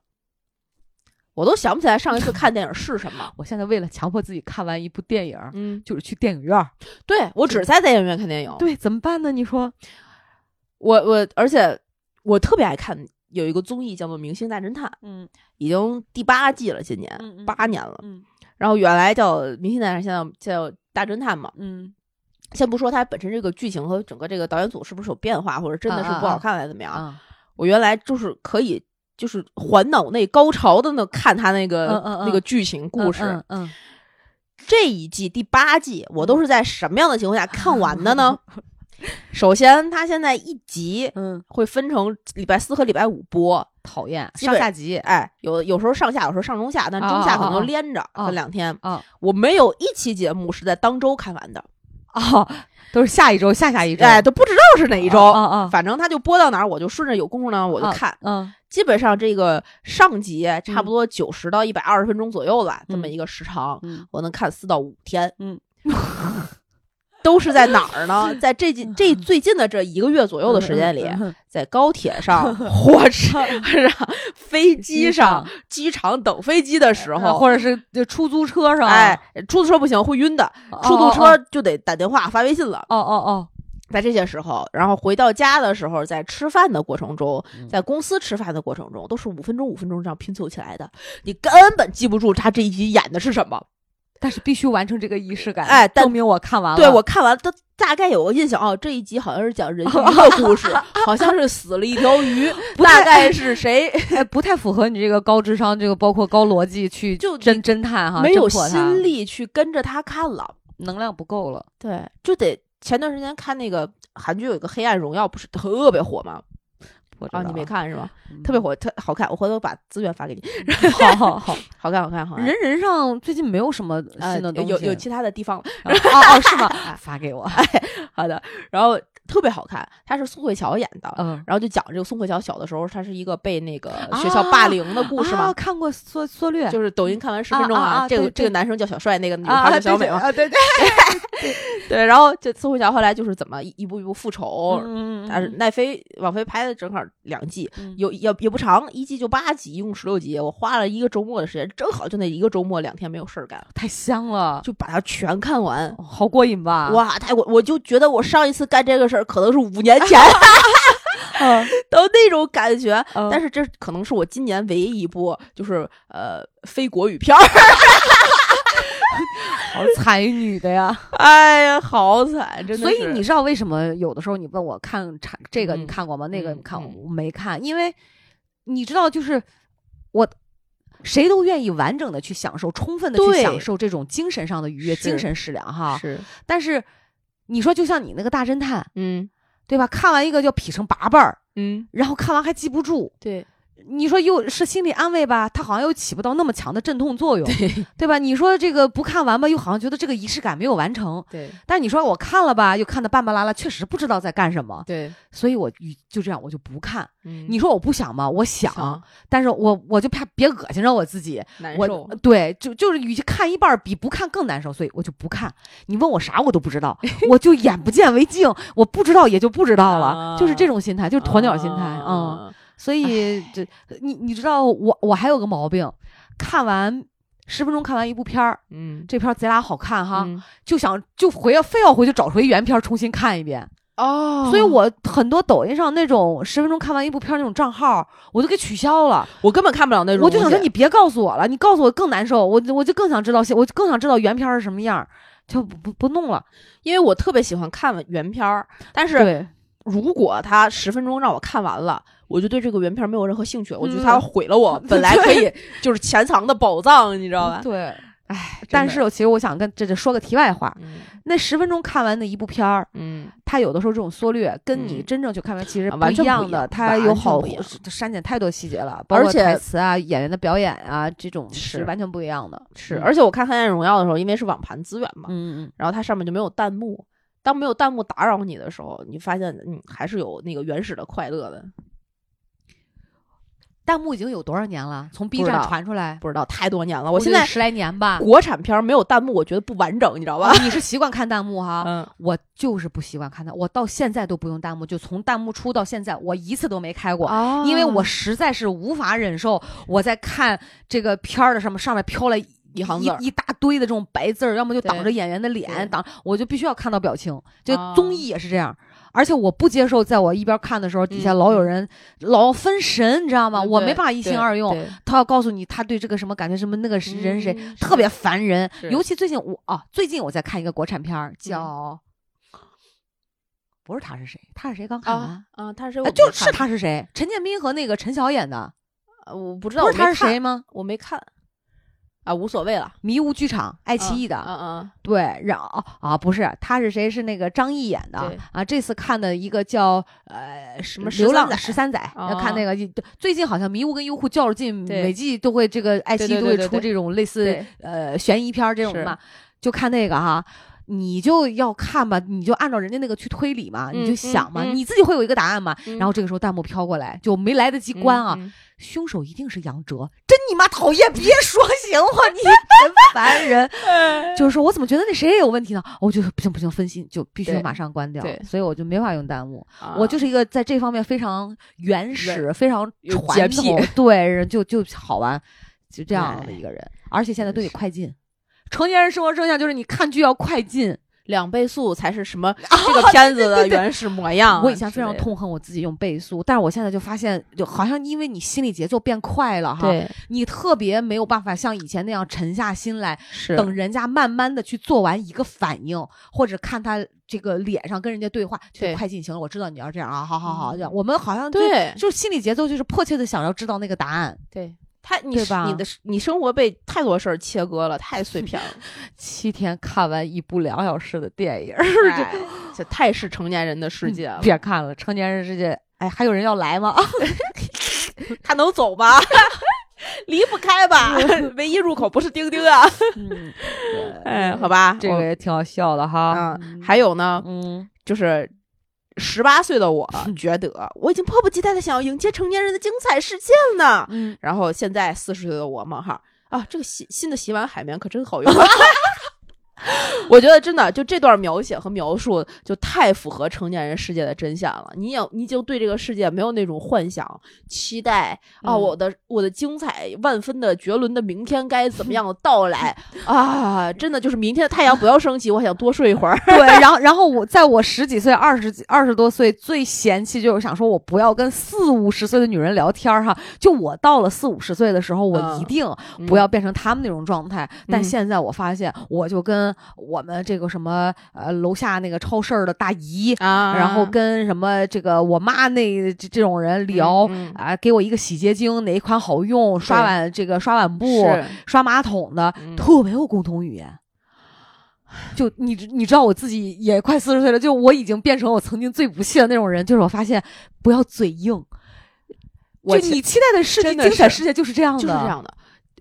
[SPEAKER 2] 我都想不起来上一次看电影是 什么。
[SPEAKER 1] 我现在为了强迫自己看完一部电影儿，
[SPEAKER 2] 嗯，
[SPEAKER 1] 就是去电影院儿。
[SPEAKER 2] 对我只在电影院看电影。
[SPEAKER 1] 对，怎么办呢？你说，
[SPEAKER 2] 我我而且我特别爱看有一个综艺叫做《明星大侦探》，
[SPEAKER 1] 嗯
[SPEAKER 2] 已经第八季了，今年
[SPEAKER 1] 嗯
[SPEAKER 2] 八年了。
[SPEAKER 1] 嗯
[SPEAKER 2] 然后原来叫《明星大侦探》，现在叫《大侦探》嘛。
[SPEAKER 1] 嗯
[SPEAKER 2] 先不说它本身这个剧情和整个这个导演组是不是有变化，或者真的是不好看还是怎么样，
[SPEAKER 1] 啊，
[SPEAKER 2] 我原来就是可以就是环脑内高潮的那看他那个
[SPEAKER 1] 嗯嗯嗯
[SPEAKER 2] 那个剧情故事。
[SPEAKER 1] 嗯嗯
[SPEAKER 2] 这一季第八季，我都是在什么样的 情况下看完的呢？首先，它现在一集
[SPEAKER 1] 嗯，
[SPEAKER 2] 会分成礼拜四和礼拜五播，
[SPEAKER 1] 讨厌
[SPEAKER 2] 基
[SPEAKER 1] 上
[SPEAKER 2] 本
[SPEAKER 1] 下集
[SPEAKER 2] 哎，有有时候上下，有时候上中下，但中下可能就连着
[SPEAKER 1] 哦哦
[SPEAKER 2] 分两天。
[SPEAKER 1] 啊
[SPEAKER 2] 我没有一期节目是在当周看完的，
[SPEAKER 1] 哦，都是下一周、下下一周，
[SPEAKER 2] 哎，都不知道是哪一周。
[SPEAKER 1] 啊啊，
[SPEAKER 2] 反正它就播到哪儿，我就顺着有功夫呢，我就
[SPEAKER 1] 啊
[SPEAKER 2] 看。
[SPEAKER 1] 嗯
[SPEAKER 2] 基本上这个上集差不多九十到一百二十分钟左右了，这么一个时长，
[SPEAKER 1] 嗯
[SPEAKER 2] 我能看四到五天。
[SPEAKER 1] 嗯，
[SPEAKER 2] 都是在哪儿呢？在这
[SPEAKER 1] 嗯
[SPEAKER 2] 近这最近的这一个月左右的时间里，在高铁 上、火
[SPEAKER 1] 嗯
[SPEAKER 2] 车上、飞机上、机场等飞机的时
[SPEAKER 1] 然后
[SPEAKER 2] 候。
[SPEAKER 1] 呃或者是就出租车上，
[SPEAKER 2] 哎，出租车不行，会晕的。
[SPEAKER 1] 哦，
[SPEAKER 2] 出租车
[SPEAKER 1] 哦
[SPEAKER 2] 就得打电话发微信了。
[SPEAKER 1] 哦哦
[SPEAKER 2] 在这些时候，然后回到家的时候，在吃饭的过程中
[SPEAKER 1] 嗯，
[SPEAKER 2] 在公司吃饭的过程中，都是五分钟、五分钟这样拼凑起来的，你根本记不住他这一集演的是什么。
[SPEAKER 1] 哦，但是必须完成这个仪式感，
[SPEAKER 2] 哎但
[SPEAKER 1] 证明我看完了，
[SPEAKER 2] 对我看完，他大概有个印象哦，这一集好像是 讲人鱼的故事，好像是死了一条鱼，大 概是谁
[SPEAKER 1] 哎不太符合你这个高智商，这个包括高逻辑去
[SPEAKER 2] 就
[SPEAKER 1] 侦侦探哈，
[SPEAKER 2] 没有
[SPEAKER 1] 侦破它
[SPEAKER 2] 心，力去跟着他看了。
[SPEAKER 1] 能量不够了，
[SPEAKER 2] 对，就得前段时间看那个韩剧有一个《黑暗荣耀》，不是特别火吗？
[SPEAKER 1] 我知
[SPEAKER 2] 啊，
[SPEAKER 1] 道
[SPEAKER 2] 你没
[SPEAKER 1] 了，
[SPEAKER 2] 看是吗？
[SPEAKER 1] 嗯
[SPEAKER 2] 特别火，特好看，我回头把资源发给你。
[SPEAKER 1] 好好 好，
[SPEAKER 2] 好看，好看，好看。
[SPEAKER 1] 人人上最近没有什么
[SPEAKER 2] 呃
[SPEAKER 1] 新的东西，
[SPEAKER 2] 有 有其他的地哎方了。
[SPEAKER 1] 啊哦哦是吗？发给我，
[SPEAKER 2] 好的，然后特别好看，他是宋慧乔演的，
[SPEAKER 1] 嗯。
[SPEAKER 2] 然后就讲这个宋慧乔小的时候，她是一个被那个学校霸凌的故事嘛。
[SPEAKER 1] 啊看过缩缩略，
[SPEAKER 2] 就是抖音看完十分钟
[SPEAKER 1] 啊啊啊
[SPEAKER 2] 这个
[SPEAKER 1] 对
[SPEAKER 2] 这个
[SPEAKER 1] 对
[SPEAKER 2] 男生叫小帅，那个女
[SPEAKER 1] 啊
[SPEAKER 2] 孩叫小美嘛。
[SPEAKER 1] 啊，对对，
[SPEAKER 2] 对，然后就宋慧乔后来就是怎么一一步一步复仇，
[SPEAKER 1] 嗯
[SPEAKER 2] 但是奈飞网飞拍的正好两季，
[SPEAKER 1] 嗯
[SPEAKER 2] 有也也不长，一季就八集，一共十六集。我花了一个周末的时间，正好就那一个周末两天没有事儿干，
[SPEAKER 1] 太香了，
[SPEAKER 2] 就把它全看完。
[SPEAKER 1] 哦好过瘾吧？
[SPEAKER 2] 哇，太过！我就觉得我上一次干这个事儿可能是五年 前
[SPEAKER 1] 嗯，
[SPEAKER 2] 的那种感觉，但
[SPEAKER 1] 但是
[SPEAKER 2] 是这可能是我今年唯一一部就是呃非国语片儿。
[SPEAKER 1] 好惨于女的 呀。
[SPEAKER 2] 哎呀，好惨，真的
[SPEAKER 1] 所以
[SPEAKER 2] 是
[SPEAKER 1] 你知道为什么有的时候你问我看产这个
[SPEAKER 2] 嗯
[SPEAKER 1] 你看过吗？那个
[SPEAKER 2] 嗯
[SPEAKER 1] 你看过吗
[SPEAKER 2] 嗯
[SPEAKER 1] 我没看，因为你知道就是我。谁都愿意完整的去享受，充分的去
[SPEAKER 2] 对
[SPEAKER 1] 享受这种精神上的愉悦、
[SPEAKER 2] 是
[SPEAKER 1] 精神食粮哈。
[SPEAKER 2] 啊是
[SPEAKER 1] 但是你说，就像你那个大侦探，
[SPEAKER 2] 嗯
[SPEAKER 1] 对吧？看完一个就劈成八瓣儿，
[SPEAKER 2] 嗯
[SPEAKER 1] 然后看完还记不住，
[SPEAKER 2] 对
[SPEAKER 1] 你说又是心理安慰吧，它好像又起不到那么强的镇痛作用，对吧？你说这个不看完吧，又好像觉得这个仪式感没有完成。
[SPEAKER 2] 对
[SPEAKER 1] 但你说我看了吧，又看得半半拉拉，确实不知道在干什么，
[SPEAKER 2] 对，
[SPEAKER 1] 所以我与就这样我就不看。
[SPEAKER 2] 嗯
[SPEAKER 1] 你说我不想吗？我想，但是我我就怕别恶心着我自己，
[SPEAKER 2] 难
[SPEAKER 1] 我
[SPEAKER 2] 受，
[SPEAKER 1] 对就就是与其看一半儿比不看更难受，所以我就不看。你问我啥我都不知 道，我就眼不见为净，我不知道也就不知道了，就是这种心态，就是鸵鸟心态，嗯。
[SPEAKER 2] 啊，
[SPEAKER 1] 所以这你你知道我我还有个毛病，看完十分钟看完一部片儿，
[SPEAKER 2] 嗯
[SPEAKER 1] 这片儿贼拉好看哈，
[SPEAKER 2] 嗯
[SPEAKER 1] 就想就回非要回去找回原片儿重新看一遍。
[SPEAKER 2] 哦，
[SPEAKER 1] 所以我很多抖音上那种十分钟看完一部片儿那种账号，我都给取消了。
[SPEAKER 2] 我根本看不了那种
[SPEAKER 1] 我
[SPEAKER 2] 东西，
[SPEAKER 1] 就想说你别告诉我了，你告诉我更难受，我我就更想知道我就更想知道原片儿是什么样儿，就不不不弄了。
[SPEAKER 2] 因为我特别喜欢看原片儿，但是
[SPEAKER 1] 对，
[SPEAKER 2] 如果他十分钟让我看完了，我就对这个原片没有任何兴趣，我觉
[SPEAKER 1] 嗯
[SPEAKER 2] 得他毁 了我本来可以就是潜藏的宝藏，你知道吧？
[SPEAKER 1] 对，哎，
[SPEAKER 2] 真
[SPEAKER 1] 但
[SPEAKER 2] 的
[SPEAKER 1] 是我其实我想跟这这说个题外话，
[SPEAKER 2] 嗯
[SPEAKER 1] 那十分钟看完的一部片儿，
[SPEAKER 2] 嗯，
[SPEAKER 1] 它有的时候这种缩略跟你
[SPEAKER 2] 嗯
[SPEAKER 1] 真正去看完其实
[SPEAKER 2] 啊完全
[SPEAKER 1] 一
[SPEAKER 2] 不
[SPEAKER 1] 样
[SPEAKER 2] 一
[SPEAKER 1] 的，
[SPEAKER 2] 样
[SPEAKER 1] 它
[SPEAKER 2] 完
[SPEAKER 1] 有
[SPEAKER 2] 全
[SPEAKER 1] 好
[SPEAKER 2] 不一样
[SPEAKER 1] 删减太多细节了，包
[SPEAKER 2] 而
[SPEAKER 1] 括
[SPEAKER 2] 且
[SPEAKER 1] 台词啊、演员的表演啊这种是
[SPEAKER 2] 是
[SPEAKER 1] 完全不一样的。
[SPEAKER 2] 是。
[SPEAKER 1] 嗯
[SPEAKER 2] 而且我看《黑暗荣耀》的时候，因为是网盘资源嘛，
[SPEAKER 1] 嗯嗯
[SPEAKER 2] 然后它上面就没有弹幕。当没有弹幕打扰你的时候，你发现嗯还是有那个原始的快乐的。
[SPEAKER 1] 嗯，弹幕已经有多少年了？从 B
[SPEAKER 2] 不知
[SPEAKER 1] 站
[SPEAKER 2] 道
[SPEAKER 1] 传出来，
[SPEAKER 2] 不知道太多年了，
[SPEAKER 1] 我
[SPEAKER 2] 我
[SPEAKER 1] 觉
[SPEAKER 2] 现
[SPEAKER 1] 得啊
[SPEAKER 2] 在
[SPEAKER 1] 十来年吧。
[SPEAKER 2] 国产片儿没有弹幕，我觉得不完整，你知道吧
[SPEAKER 1] 啊？你是习惯看弹幕哈？
[SPEAKER 2] 嗯，
[SPEAKER 1] 我就是不习惯看弹，我到现在都不用弹幕，就从弹幕出到现在，我一次都没开过。因为我实在是无法忍受我在看这个片儿的上面上面飘来一
[SPEAKER 2] 行
[SPEAKER 1] 一
[SPEAKER 2] 字儿
[SPEAKER 1] 一大堆的这种白字儿，要么就挡
[SPEAKER 2] 对
[SPEAKER 1] 着演员的脸，
[SPEAKER 2] 对
[SPEAKER 1] 挡我就必须要看到表情。就
[SPEAKER 2] 哦
[SPEAKER 1] 综艺也是这样，而且我不接受在我一边看的时候，底下
[SPEAKER 2] 嗯
[SPEAKER 1] 老有
[SPEAKER 2] 嗯
[SPEAKER 1] 人老分神，你知道吗？
[SPEAKER 2] 嗯
[SPEAKER 1] 我
[SPEAKER 2] 对
[SPEAKER 1] 没办法一心
[SPEAKER 2] 对
[SPEAKER 1] 二用，
[SPEAKER 2] 对
[SPEAKER 1] 他要告诉你他对这个什么感觉，什么那个是人谁，
[SPEAKER 2] 嗯
[SPEAKER 1] 特别烦人。
[SPEAKER 2] 是嗯
[SPEAKER 1] 尤其最近我啊，最近我在看一个国产片儿，叫。不是他是谁？他是谁？刚看完，
[SPEAKER 2] 啊啊，他是
[SPEAKER 1] 哎，
[SPEAKER 2] 我
[SPEAKER 1] 就
[SPEAKER 2] 没
[SPEAKER 1] 是
[SPEAKER 2] 看
[SPEAKER 1] 他是谁？陈建斌和那个陈晓演的，
[SPEAKER 2] 呃我不知道
[SPEAKER 1] 不是
[SPEAKER 2] 我
[SPEAKER 1] 他
[SPEAKER 2] 没
[SPEAKER 1] 是谁
[SPEAKER 2] 看？
[SPEAKER 1] 吗？
[SPEAKER 2] 我没看啊，无所谓了，
[SPEAKER 1] 迷雾剧场，爱奇艺的，
[SPEAKER 2] 嗯
[SPEAKER 1] 对，然后啊，不是他是谁？是那个张译演的
[SPEAKER 2] 对
[SPEAKER 1] 啊。这次看的一个叫呃什
[SPEAKER 2] 么
[SPEAKER 1] 流
[SPEAKER 2] 13
[SPEAKER 1] 浪
[SPEAKER 2] 载
[SPEAKER 1] 十三载，
[SPEAKER 2] 哦
[SPEAKER 1] 看那个就最近好像迷雾跟优酷较着劲，
[SPEAKER 2] 对
[SPEAKER 1] 每季都会这个爱奇艺
[SPEAKER 2] 对对
[SPEAKER 1] 都会
[SPEAKER 2] 对对
[SPEAKER 1] 出这种类似
[SPEAKER 2] 对
[SPEAKER 1] 呃悬疑片儿这种的
[SPEAKER 2] 是
[SPEAKER 1] 嘛，就看那个哈。你就要看吧，你就按照人家那个去推理嘛，你
[SPEAKER 2] 嗯
[SPEAKER 1] 就
[SPEAKER 2] 嗯
[SPEAKER 1] 想嘛，
[SPEAKER 2] 嗯
[SPEAKER 1] 你自己会有一个答案嘛。
[SPEAKER 2] 嗯
[SPEAKER 1] 然后这个时候弹幕飘过来，就没来得及
[SPEAKER 2] 嗯
[SPEAKER 1] 关啊，
[SPEAKER 2] 嗯
[SPEAKER 1] 凶手一定是杨哲，真你妈讨厌！别说行吗？你真烦 人。
[SPEAKER 2] 哎
[SPEAKER 1] 就是说我怎么觉得那谁也有问题呢？我就不行不行，分心就必须要
[SPEAKER 2] 对
[SPEAKER 1] 马上关掉
[SPEAKER 2] 对，
[SPEAKER 1] 所以我就没法用弹幕。
[SPEAKER 2] 啊
[SPEAKER 1] 我就是一个在这方面非常原始、非常
[SPEAKER 2] 有
[SPEAKER 1] 传
[SPEAKER 2] 洁
[SPEAKER 1] 统
[SPEAKER 2] 癖，
[SPEAKER 1] 对人就就好玩，就这样的一个人。而且现在
[SPEAKER 2] 真
[SPEAKER 1] 对你
[SPEAKER 2] 是
[SPEAKER 1] 快进，成年人生活真相就是你看剧要快进。
[SPEAKER 2] 两倍速才是什么
[SPEAKER 1] 啊
[SPEAKER 2] 这个片子的原始模样啊之类的。
[SPEAKER 1] 我以前非常痛恨我自己用倍速，但是我现在就发现，就好像因为你心理节奏变快了哈，
[SPEAKER 2] 对，
[SPEAKER 1] 你特别没有办法像以前那样沉下心来，
[SPEAKER 2] 是
[SPEAKER 1] 等人家慢慢的去做完一个反应，或者看他这个脸上跟人家对话，就
[SPEAKER 2] 对
[SPEAKER 1] 快进行了。我知道你要这样啊，好好好，
[SPEAKER 2] 嗯
[SPEAKER 1] 这样我们好像就
[SPEAKER 2] 对
[SPEAKER 1] 就是心理节奏就是迫切的想要知道那个答案，
[SPEAKER 2] 对。太你
[SPEAKER 1] 对
[SPEAKER 2] 是
[SPEAKER 1] 吧
[SPEAKER 2] 你的你生活被太多事儿切割了，太 碎片了，
[SPEAKER 1] 七天看完一部两小时的电影，
[SPEAKER 2] 哎这太是成年人的世界了。
[SPEAKER 1] 别看了，成年人世界，哎，还有人要来吗？嗯
[SPEAKER 2] 他能走吧？ 离不 开吧？唯一入口不是钉钉啊！
[SPEAKER 1] 嗯，
[SPEAKER 2] 哎，好吧，
[SPEAKER 1] 这个也挺好笑的哈
[SPEAKER 2] 啊。，还有呢，
[SPEAKER 1] 嗯，
[SPEAKER 2] 就是十八岁的我觉得我已经迫不及待的想要迎接成年人的精彩世界了呢。
[SPEAKER 1] 嗯，
[SPEAKER 2] 然后现在四十岁的我嘛，哈啊，这个新新的洗碗海绵可真好用。啊 我觉得真的，就这段描写和描述就太符合成年人世界的真相了。你也你已经对这个世界没有那种幻想、期待啊，
[SPEAKER 1] 嗯
[SPEAKER 2] 我的我的精彩万分的绝伦的明天该怎么样的 到来啊！真的就是明天的太阳不要升起，我想多睡一会 儿。
[SPEAKER 1] 对，然后然后我在我十几岁、二十几、二十多岁最嫌弃就是想说，我不要跟四五十岁的女人聊天儿哈。就我到了四五十岁的时候，我
[SPEAKER 2] 嗯
[SPEAKER 1] 一定
[SPEAKER 2] 嗯
[SPEAKER 1] 不要变成他们那种状态。但
[SPEAKER 2] 嗯
[SPEAKER 1] 现在我发现，我就跟我们这个什么呃楼下那个超市儿的大姨，
[SPEAKER 2] 啊，
[SPEAKER 1] 然后跟什么这个我妈那这这种人聊。
[SPEAKER 2] 嗯嗯
[SPEAKER 1] 啊，给我一个洗洁精，哪一款好用？刷
[SPEAKER 2] 对
[SPEAKER 1] 碗这个刷碗布，
[SPEAKER 2] 是
[SPEAKER 1] 刷马桶的，
[SPEAKER 2] 嗯
[SPEAKER 1] 特别有共同语言。就你知你知道我自己也快四十岁了，就我已经变成我曾经最不屑的那种人，就是我发现不要嘴硬，
[SPEAKER 2] 我
[SPEAKER 1] 就
[SPEAKER 2] 前
[SPEAKER 1] 你期待的世界
[SPEAKER 2] 真的
[SPEAKER 1] 精彩
[SPEAKER 2] 是
[SPEAKER 1] 世界就是这样的，
[SPEAKER 2] 就是这。样的。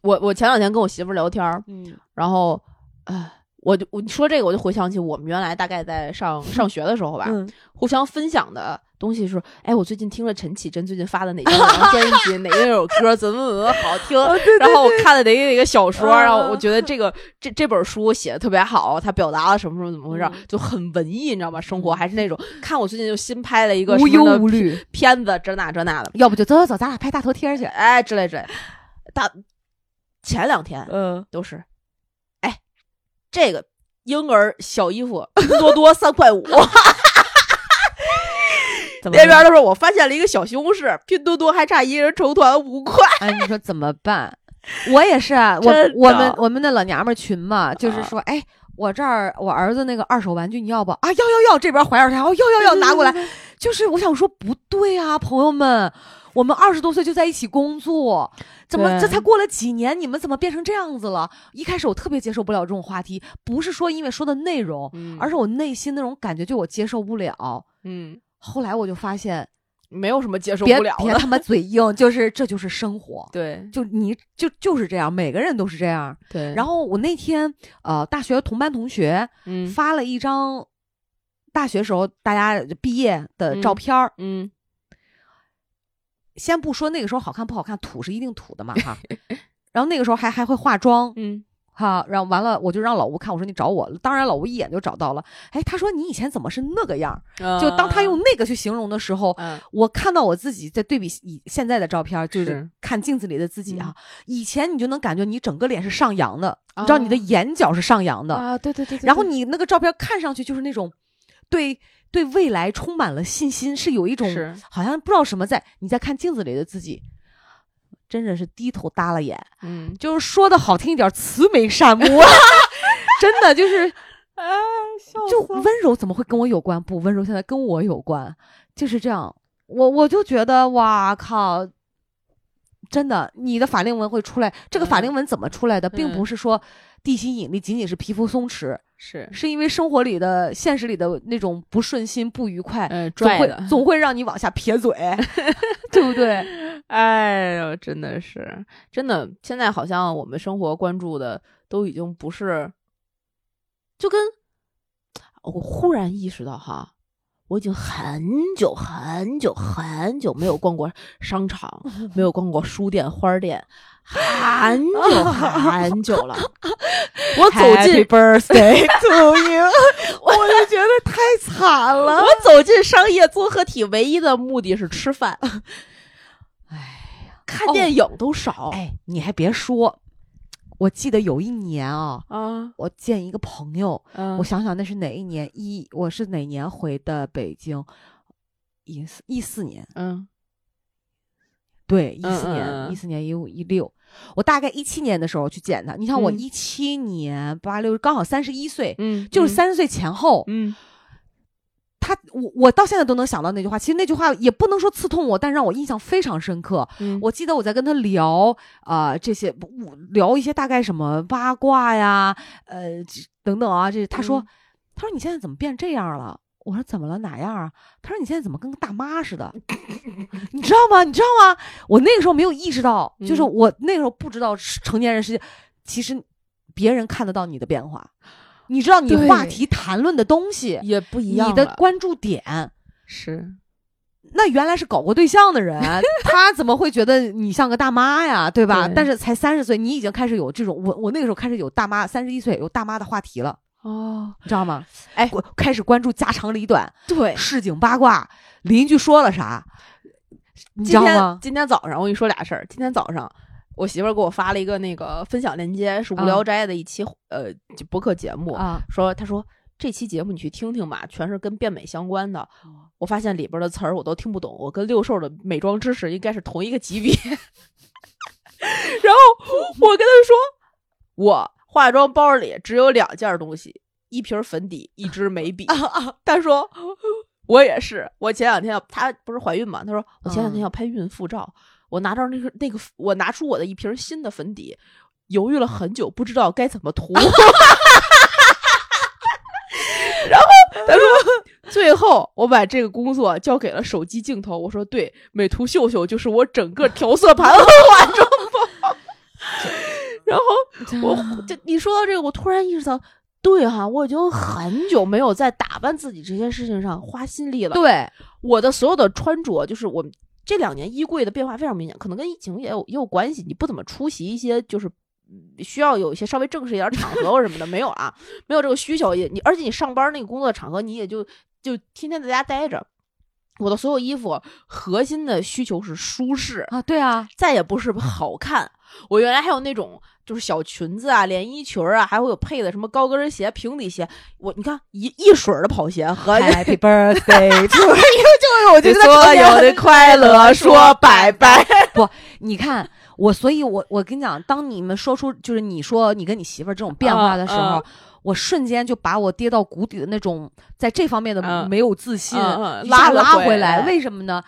[SPEAKER 2] 我我前两天跟我媳妇儿聊天儿，
[SPEAKER 1] 嗯
[SPEAKER 2] 然后，呃，我就我你说这个，我就回想起我们原来大概在上上学的时候吧，
[SPEAKER 1] 嗯，
[SPEAKER 2] 互相分享的东西是，哎，我最近听了陈绮贞最近发的 哪张哪张专辑，哪一首歌怎么怎么好听，
[SPEAKER 1] 哦
[SPEAKER 2] 然后我看了哪个哪个小说，
[SPEAKER 1] 嗯
[SPEAKER 2] 然后我觉得这个这这本书写的特别好，它表达了什么什么怎么回事，
[SPEAKER 1] 嗯
[SPEAKER 2] 就很文艺，你知道吗？生活还是那种，看我最近就新拍了一个
[SPEAKER 1] 无
[SPEAKER 2] 什么
[SPEAKER 1] 忧
[SPEAKER 2] 的
[SPEAKER 1] 无虑，
[SPEAKER 2] 片子，这那这那的，
[SPEAKER 1] 要不就走走走，咱俩拍大头贴儿去。
[SPEAKER 2] 哎之类之类，大前两天
[SPEAKER 1] 嗯，
[SPEAKER 2] 都是，哎，这个婴儿小衣服多多三块 五。
[SPEAKER 1] 怎么办
[SPEAKER 2] 那边他说我发现了一个小西红柿，拼多多还差一人成团五块。
[SPEAKER 1] 哎，你说怎么办？我也是啊，我
[SPEAKER 2] 真的
[SPEAKER 1] 我们我们的老娘们儿群嘛，就是说，哎，啊我这儿我儿子那个二手玩具你要不啊？要要要，这边还二手，哦，要要要，拿过来。就是我想说不对啊，朋友们，我们二十多岁就在一起工作，怎么
[SPEAKER 2] 对
[SPEAKER 1] 这才过了几年，你们怎么变成这样子了？一开始我特别接受不了这种话题，不是说因为说的内容，
[SPEAKER 2] 嗯
[SPEAKER 1] 而是我内心那种感觉，就我接受不了。
[SPEAKER 2] 嗯，
[SPEAKER 1] 后来我就发现，
[SPEAKER 2] 没有什么接受
[SPEAKER 1] 别
[SPEAKER 2] 不了
[SPEAKER 1] 别
[SPEAKER 2] 的。
[SPEAKER 1] 他妈嘴硬，就是这就是生活，
[SPEAKER 2] 对
[SPEAKER 1] 就你就就是这样，每个人都是这样。
[SPEAKER 2] 对
[SPEAKER 1] 然
[SPEAKER 2] 后
[SPEAKER 1] 后我那天呃，大学同班同学
[SPEAKER 2] 嗯
[SPEAKER 1] 发了一张大学时候大家毕业的照
[SPEAKER 2] 嗯
[SPEAKER 1] 片儿，
[SPEAKER 2] 嗯
[SPEAKER 1] 先不说那个时候好看不好看，土是一定土的嘛 哈。然后那个时候还还会化妆
[SPEAKER 2] 嗯
[SPEAKER 1] 哈，然后完了我就让老吴看，我说你找我，当然老吴一眼就找到了。哎，他说你以前怎么是那个样儿？
[SPEAKER 2] 嗯，
[SPEAKER 1] 就当他用那个去形容的时候，
[SPEAKER 2] 嗯
[SPEAKER 1] 我看到我自己在对比以现在的照片，就是
[SPEAKER 2] 是
[SPEAKER 1] 看镜子里的自己
[SPEAKER 2] 嗯
[SPEAKER 1] 啊，以前你就能感觉你整个脸是上扬的，你知道
[SPEAKER 2] 啊
[SPEAKER 1] 你的眼角是上扬的，
[SPEAKER 2] 啊，对对对，对
[SPEAKER 1] 然后
[SPEAKER 2] 对
[SPEAKER 1] 你那个照片看上去就是那种对对未来充满了信心，是有一种
[SPEAKER 2] 是
[SPEAKER 1] 好像不知道什么在你在看镜子里的自己。真的是低头耷拉眼，
[SPEAKER 2] 嗯
[SPEAKER 1] 就是说的好听一点，慈眉善目，啊真的 就是
[SPEAKER 2] 哎，笑
[SPEAKER 1] 就
[SPEAKER 2] 死了
[SPEAKER 1] 温柔怎么会跟我有关？不，温柔现在跟我有关，就是这样。我我就觉得，哇靠！真的，你的法令纹会出来。这个法
[SPEAKER 2] 嗯
[SPEAKER 1] 令纹怎么出来的，并
[SPEAKER 2] 嗯
[SPEAKER 1] 不是说地心引力仅仅是皮肤松弛，
[SPEAKER 2] 是
[SPEAKER 1] 是因为生活里的、现实里的那种不顺心、不愉快，
[SPEAKER 2] 呃
[SPEAKER 1] 总
[SPEAKER 2] 拽的
[SPEAKER 1] 会，总会让你往下撇 嘴，对不对？
[SPEAKER 2] 哎呦，真的是真的，现在好像我们生活关注的都已经不是，就跟我忽然意识到哈，我已经很久很久很久没有逛过商场，没有逛过书店、花店，很久很久了。 我走进
[SPEAKER 1] birthday to you，我就觉得太惨了。
[SPEAKER 2] 我走进商业综合体，唯一的目的是吃饭。
[SPEAKER 1] 哎，
[SPEAKER 2] 看电影都少、
[SPEAKER 1] 哎，你还别说，我记得有一年啊，
[SPEAKER 2] 啊，
[SPEAKER 1] 我见一个朋友，
[SPEAKER 2] 嗯
[SPEAKER 1] 我想想那是哪一年？一我是哪年回的北京？一四一四年，
[SPEAKER 2] 嗯
[SPEAKER 1] 对，一
[SPEAKER 2] 嗯
[SPEAKER 1] 四
[SPEAKER 2] 嗯
[SPEAKER 1] 年，一
[SPEAKER 2] 嗯
[SPEAKER 1] 四年一五一六，我大概一七年的时候去见他。你像我
[SPEAKER 2] 嗯
[SPEAKER 1] 一七年八六，刚好三十一岁，
[SPEAKER 2] 嗯，
[SPEAKER 1] 就是三十岁前后，
[SPEAKER 2] 嗯
[SPEAKER 1] 他我我到现在都能想到那句话。其实那句话也不能说刺痛我，但让我印象非常深刻。
[SPEAKER 2] 嗯
[SPEAKER 1] 我记得我在跟他聊啊、呃这些不我聊一些大概什么八卦呀，呃这等等啊，这他说、
[SPEAKER 2] 嗯
[SPEAKER 1] 他说你现在怎么变这样了？我说怎么了？哪样啊？他说你现在怎么跟个大妈似的？你知道吗？你知道吗？我那个时候没有意识到，就是
[SPEAKER 2] 嗯
[SPEAKER 1] 我那个时候不知道是成年人世界，其实别人看得到你的变化，你知道你
[SPEAKER 2] 对
[SPEAKER 1] 话题谈论的东西，
[SPEAKER 2] 也不一
[SPEAKER 1] 你
[SPEAKER 2] 样了，
[SPEAKER 1] 的关注点，
[SPEAKER 2] 是
[SPEAKER 1] 那原来是搞过对象的人， 他怎么会觉得你像个大妈呀，对吧？
[SPEAKER 2] 对
[SPEAKER 1] 但是才三十岁，你已经开始有这种，我我那个时候开始有大妈，三十一岁有大妈的话题了，
[SPEAKER 2] 哦，
[SPEAKER 1] 你知道吗？
[SPEAKER 2] 哎
[SPEAKER 1] 我开始关注家长里短、
[SPEAKER 2] 对，
[SPEAKER 1] 市井八卦，邻居说了啥，你知
[SPEAKER 2] 今
[SPEAKER 1] 道
[SPEAKER 2] 天
[SPEAKER 1] 吗？
[SPEAKER 2] 今天早上我跟你说俩事儿，今天早上。我媳妇儿给我发了一个那个分享链接，是《无
[SPEAKER 1] 啊
[SPEAKER 2] 聊斋》的一期、呃就播客节目，
[SPEAKER 1] 啊，
[SPEAKER 2] 说她说这期节目你去听听吧，全是跟变美相关的。
[SPEAKER 1] 哦
[SPEAKER 2] 我发现里边的词儿我都听不懂，我跟六兽的美妆知识应该是同一个级别。然后我跟他说，我化妆包里只有两件东西，一瓶粉底，一支眉笔。他说我也是，我前两天要她不是怀孕嘛，她说我前两天
[SPEAKER 1] 嗯
[SPEAKER 2] 要拍孕妇照，我拿着那个那个我拿出我的一瓶新的粉底，犹豫了很久，不知道该怎么涂。 他说：“最后我把这个工作交给了手机镜头。”我说：“对，美图秀秀就是我整个调色盘和化妆包。” 然后我就你说到这个，我突然意识到，对哈、我已经很久没有在打扮自己这些事情上花心力了。
[SPEAKER 1] 对，
[SPEAKER 2] 我的所有的穿着，就是我这两年衣柜的变化非常明显，可能跟疫情也有也有关系。你不怎么出席一些就是嗯需要有一些稍微正式一点儿场合或什么的，没有啊，没有这个需求。也你而且你上班那个工作场合，你也就就天天在家待着。我的所有衣服核心的需求是舒适，
[SPEAKER 1] 啊，对啊，
[SPEAKER 2] 再也不是好看。我原来还有那种就是小裙子啊、连衣裙儿啊，还会有配的什么高跟鞋、平底鞋。我你看一一水儿的跑鞋和
[SPEAKER 1] Happy birthday to you！就是我
[SPEAKER 2] 我
[SPEAKER 1] 就
[SPEAKER 2] 就
[SPEAKER 1] 跟
[SPEAKER 2] 跟
[SPEAKER 1] 他
[SPEAKER 2] 所
[SPEAKER 1] 聊
[SPEAKER 2] 有的快乐说拜拜。
[SPEAKER 1] 你看，我所以我，我跟你讲，当你们说出就是你说你跟你媳妇儿这种变化的时候，
[SPEAKER 2] 啊啊
[SPEAKER 1] 我瞬间就把我跌到谷底的那种在这方面的
[SPEAKER 2] 啊
[SPEAKER 1] 没有自信、
[SPEAKER 2] 啊啊
[SPEAKER 1] 一下
[SPEAKER 2] 拉了
[SPEAKER 1] 拉
[SPEAKER 2] 回
[SPEAKER 1] 来。
[SPEAKER 2] 来
[SPEAKER 1] 为什么呢？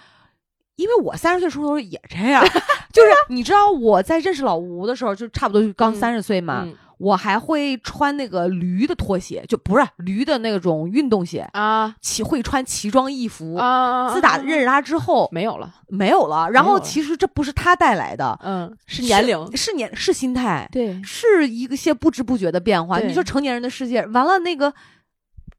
[SPEAKER 1] 因为我三十岁出头也这样， 就是你知道我在认识老吴的时候，就差不多就刚
[SPEAKER 2] 嗯
[SPEAKER 1] 三十岁嘛，
[SPEAKER 2] 嗯
[SPEAKER 1] 我还会穿那个驴的拖鞋，就不是驴的那种运动鞋，
[SPEAKER 2] 啊
[SPEAKER 1] 奇会穿奇装异服。
[SPEAKER 2] 啊！
[SPEAKER 1] 自打认识他之后，
[SPEAKER 2] 没有了，
[SPEAKER 1] 没有了。然
[SPEAKER 2] 没有
[SPEAKER 1] 后
[SPEAKER 2] 了
[SPEAKER 1] 其实这不是他带来的，
[SPEAKER 2] 嗯，是年龄，
[SPEAKER 1] 是年是心态，
[SPEAKER 2] 对
[SPEAKER 1] 是一个些不知不觉的变化。
[SPEAKER 2] 对
[SPEAKER 1] 你说成年人的世界，完了那个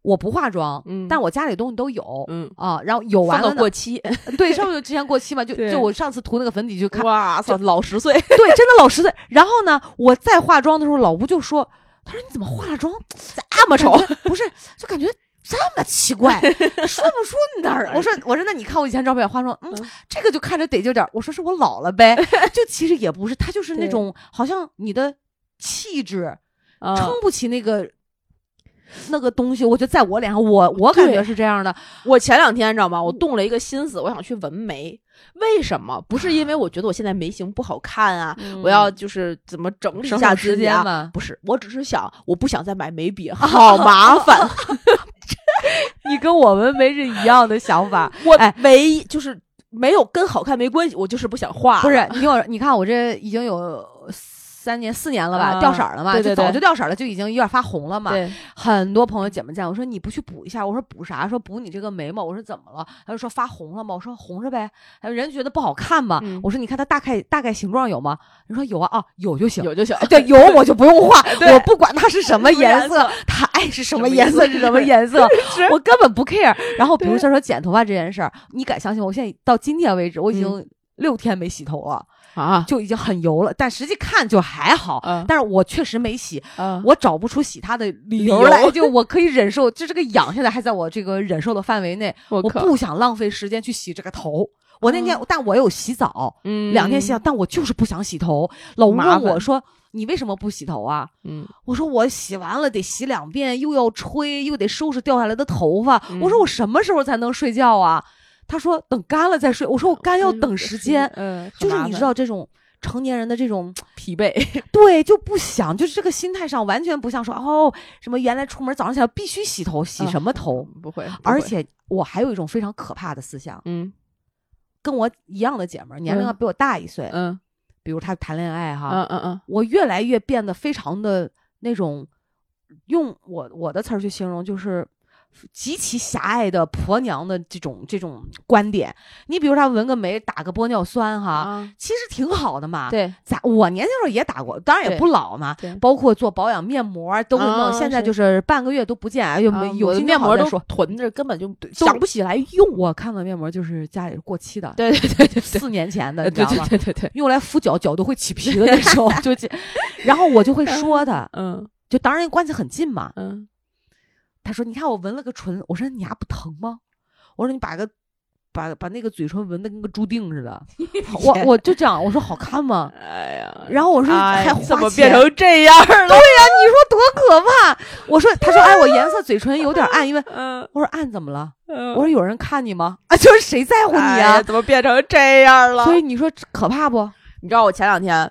[SPEAKER 1] 我不化妆，
[SPEAKER 2] 嗯
[SPEAKER 1] 但我家里东西都有。
[SPEAKER 2] 嗯，
[SPEAKER 1] 啊，然后有完
[SPEAKER 2] 完
[SPEAKER 1] 了
[SPEAKER 2] 了
[SPEAKER 1] 呢
[SPEAKER 2] 过期，
[SPEAKER 1] 对， 上面就之前过期嘛，就
[SPEAKER 2] 对
[SPEAKER 1] 就我上次涂那个粉底就 看，
[SPEAKER 2] 哇
[SPEAKER 1] 就
[SPEAKER 2] 操，老十岁，
[SPEAKER 1] 对，真的老实岁。然后呢，我再化妆的时候，老吴就说：“他说你怎么化了妆
[SPEAKER 2] 这么丑
[SPEAKER 1] 感觉不是，就感觉这么奇 怪，说不出哪儿。我说，我说，那你看我以前照片化妆，嗯
[SPEAKER 2] 嗯，
[SPEAKER 1] 这个就看着得劲儿点儿。我说是我老了 呗，就其实也不是，他就是那
[SPEAKER 2] 对
[SPEAKER 1] 种好像你的气质撑
[SPEAKER 2] 啊！
[SPEAKER 1] 不起那个。那个东西，我觉得在我脸上，我我感觉
[SPEAKER 2] 对
[SPEAKER 1] 是这样的。
[SPEAKER 2] 我前两天你知道吗？我动了一个心思，我想去纹眉。为什么？不是因为我觉得我现在眉形不好看啊，我要就是怎么整理一
[SPEAKER 1] 省
[SPEAKER 2] 下
[SPEAKER 1] 省时
[SPEAKER 2] 自己
[SPEAKER 1] 间
[SPEAKER 2] 啊？
[SPEAKER 1] 嘛。
[SPEAKER 2] 不是，我只是想，我不想再买眉笔， 好麻烦。
[SPEAKER 1] 你跟我们没是一样的想 法，
[SPEAKER 2] 我
[SPEAKER 1] 哎
[SPEAKER 2] 唯一就是没有跟好看没关系，我就是不想画。
[SPEAKER 1] 不是，你听我，你看我这已经有三年、四年了吧，
[SPEAKER 2] 啊
[SPEAKER 1] 掉色儿了嘛，
[SPEAKER 2] 对对
[SPEAKER 1] 就早
[SPEAKER 2] 对
[SPEAKER 1] 就掉色儿了，就已经有点发红了嘛。
[SPEAKER 2] 对，
[SPEAKER 1] 很多朋友姐妹见我说你不去补一下，我说补啥？说补你这个眉毛，我说怎么了？他就说发红了吗？我说红着呗。还有人觉得不好看吗？
[SPEAKER 2] 嗯
[SPEAKER 1] 我说你看它大概大概形状有吗？人说有啊，啊有就行。
[SPEAKER 2] 有就行。
[SPEAKER 1] 对，有我就不用画，
[SPEAKER 2] 对
[SPEAKER 1] 我不管它是什么颜
[SPEAKER 2] 什么
[SPEAKER 1] 色
[SPEAKER 2] 颜，
[SPEAKER 1] 它爱是什么
[SPEAKER 2] 么
[SPEAKER 1] 颜
[SPEAKER 2] 颜
[SPEAKER 1] 色
[SPEAKER 2] 色
[SPEAKER 1] 是什么颜色
[SPEAKER 2] 是，
[SPEAKER 1] 我根本不 care。然后比如说说剪头发这件事儿，你敢相信我？我现在到今天为止，我已
[SPEAKER 2] 嗯
[SPEAKER 1] 经六天没洗头了，
[SPEAKER 2] 啊，
[SPEAKER 1] 就已经很油了，但实际看就还好。
[SPEAKER 2] 嗯
[SPEAKER 1] 但是我确实没洗，
[SPEAKER 2] 啊
[SPEAKER 1] 我找不出洗它的理由
[SPEAKER 2] 理由
[SPEAKER 1] 来，就我可以忍受，就这个痒现在还在我这个忍受的范围内，
[SPEAKER 2] 我
[SPEAKER 1] 我
[SPEAKER 2] 靠
[SPEAKER 1] 不想浪费时间去洗这个头。我那天，但我有洗澡，
[SPEAKER 2] 嗯
[SPEAKER 1] 两天洗澡，但我就是不想洗头。老吴
[SPEAKER 2] 麻
[SPEAKER 1] 问我
[SPEAKER 2] 烦
[SPEAKER 1] 说：“你为什么不洗头啊
[SPEAKER 2] 嗯，？”
[SPEAKER 1] 我说：“我洗完了得洗两遍，又要吹，又得收拾掉下来的头发。
[SPEAKER 2] 嗯
[SPEAKER 1] 我说：“我什么时候才能睡觉啊？”他说：“等干了再睡。”我说：“我
[SPEAKER 2] 哎
[SPEAKER 1] 干要等时间。
[SPEAKER 2] 嗯，”
[SPEAKER 1] 就是你知道这种成年人的这种
[SPEAKER 2] 疲惫，
[SPEAKER 1] 对，就不想，就是这个心态上完全不像说哦，什么原来出门早上起来必须洗头，洗
[SPEAKER 2] 啊
[SPEAKER 1] 什么头？
[SPEAKER 2] 不会，不
[SPEAKER 1] 而
[SPEAKER 2] 会
[SPEAKER 1] 且我还有一种非常可怕的思想，
[SPEAKER 2] 嗯
[SPEAKER 1] 跟我一样的姐们儿，年龄要
[SPEAKER 2] 嗯
[SPEAKER 1] 比我大一岁，
[SPEAKER 2] 嗯
[SPEAKER 1] 比如她谈恋爱哈，
[SPEAKER 2] 嗯嗯嗯，
[SPEAKER 1] 我越来越变得非常的那种，用我我的词儿去形容就是。极其狭隘的婆娘的这种这种观点，你比如她纹个眉、打个玻尿酸哈，
[SPEAKER 2] 啊，
[SPEAKER 1] 其实挺好的嘛。
[SPEAKER 2] 对，
[SPEAKER 1] 咱我年轻时候也打过，当然也
[SPEAKER 2] 对
[SPEAKER 1] 不老嘛
[SPEAKER 2] 对，
[SPEAKER 1] 包括做保养面膜都是那种，
[SPEAKER 2] 啊
[SPEAKER 1] 现在
[SPEAKER 2] 是
[SPEAKER 1] 就是半个月都不见，哎呦，没
[SPEAKER 2] 啊
[SPEAKER 1] 有
[SPEAKER 2] 我的
[SPEAKER 1] 心
[SPEAKER 2] 面
[SPEAKER 1] 情好
[SPEAKER 2] 膜
[SPEAKER 1] 再
[SPEAKER 2] 都
[SPEAKER 1] 说
[SPEAKER 2] 囤着，根本就想
[SPEAKER 1] 想
[SPEAKER 2] 不
[SPEAKER 1] 不
[SPEAKER 2] 起来用。
[SPEAKER 1] 用。我看到面膜就是家里过期的，
[SPEAKER 2] 对对对对呃
[SPEAKER 1] 四年前的，
[SPEAKER 2] 对
[SPEAKER 1] 你知道吗？
[SPEAKER 2] 对对对对，
[SPEAKER 1] 用来敷脚，脚都会起皮的那 种，就这，然后我就会说他，
[SPEAKER 2] 嗯
[SPEAKER 1] 就当然关系很近嘛。
[SPEAKER 2] 嗯
[SPEAKER 1] 他说：“你看我纹了个唇，我说你牙不疼吗？我说你把个把把那个嘴唇纹的跟个猪腚似 的，我
[SPEAKER 2] 天
[SPEAKER 1] 我就这样，我说好看吗？
[SPEAKER 2] 哎呀
[SPEAKER 1] 然后我
[SPEAKER 2] 我
[SPEAKER 1] 说还花
[SPEAKER 2] 哎怎么
[SPEAKER 1] 钱
[SPEAKER 2] 变成这样了？
[SPEAKER 1] 你说多可怕！我说， 他说，哎，我颜色嘴唇有点暗，因为
[SPEAKER 2] 嗯
[SPEAKER 1] 我说暗怎么了？
[SPEAKER 2] 嗯，
[SPEAKER 1] 我说有人看你吗？啊，就是谁在乎
[SPEAKER 2] 哎
[SPEAKER 1] 你
[SPEAKER 2] 呀
[SPEAKER 1] 啊？
[SPEAKER 2] 怎么变成这样了？
[SPEAKER 1] 所以你说这可怕不？
[SPEAKER 2] 你知道我前两天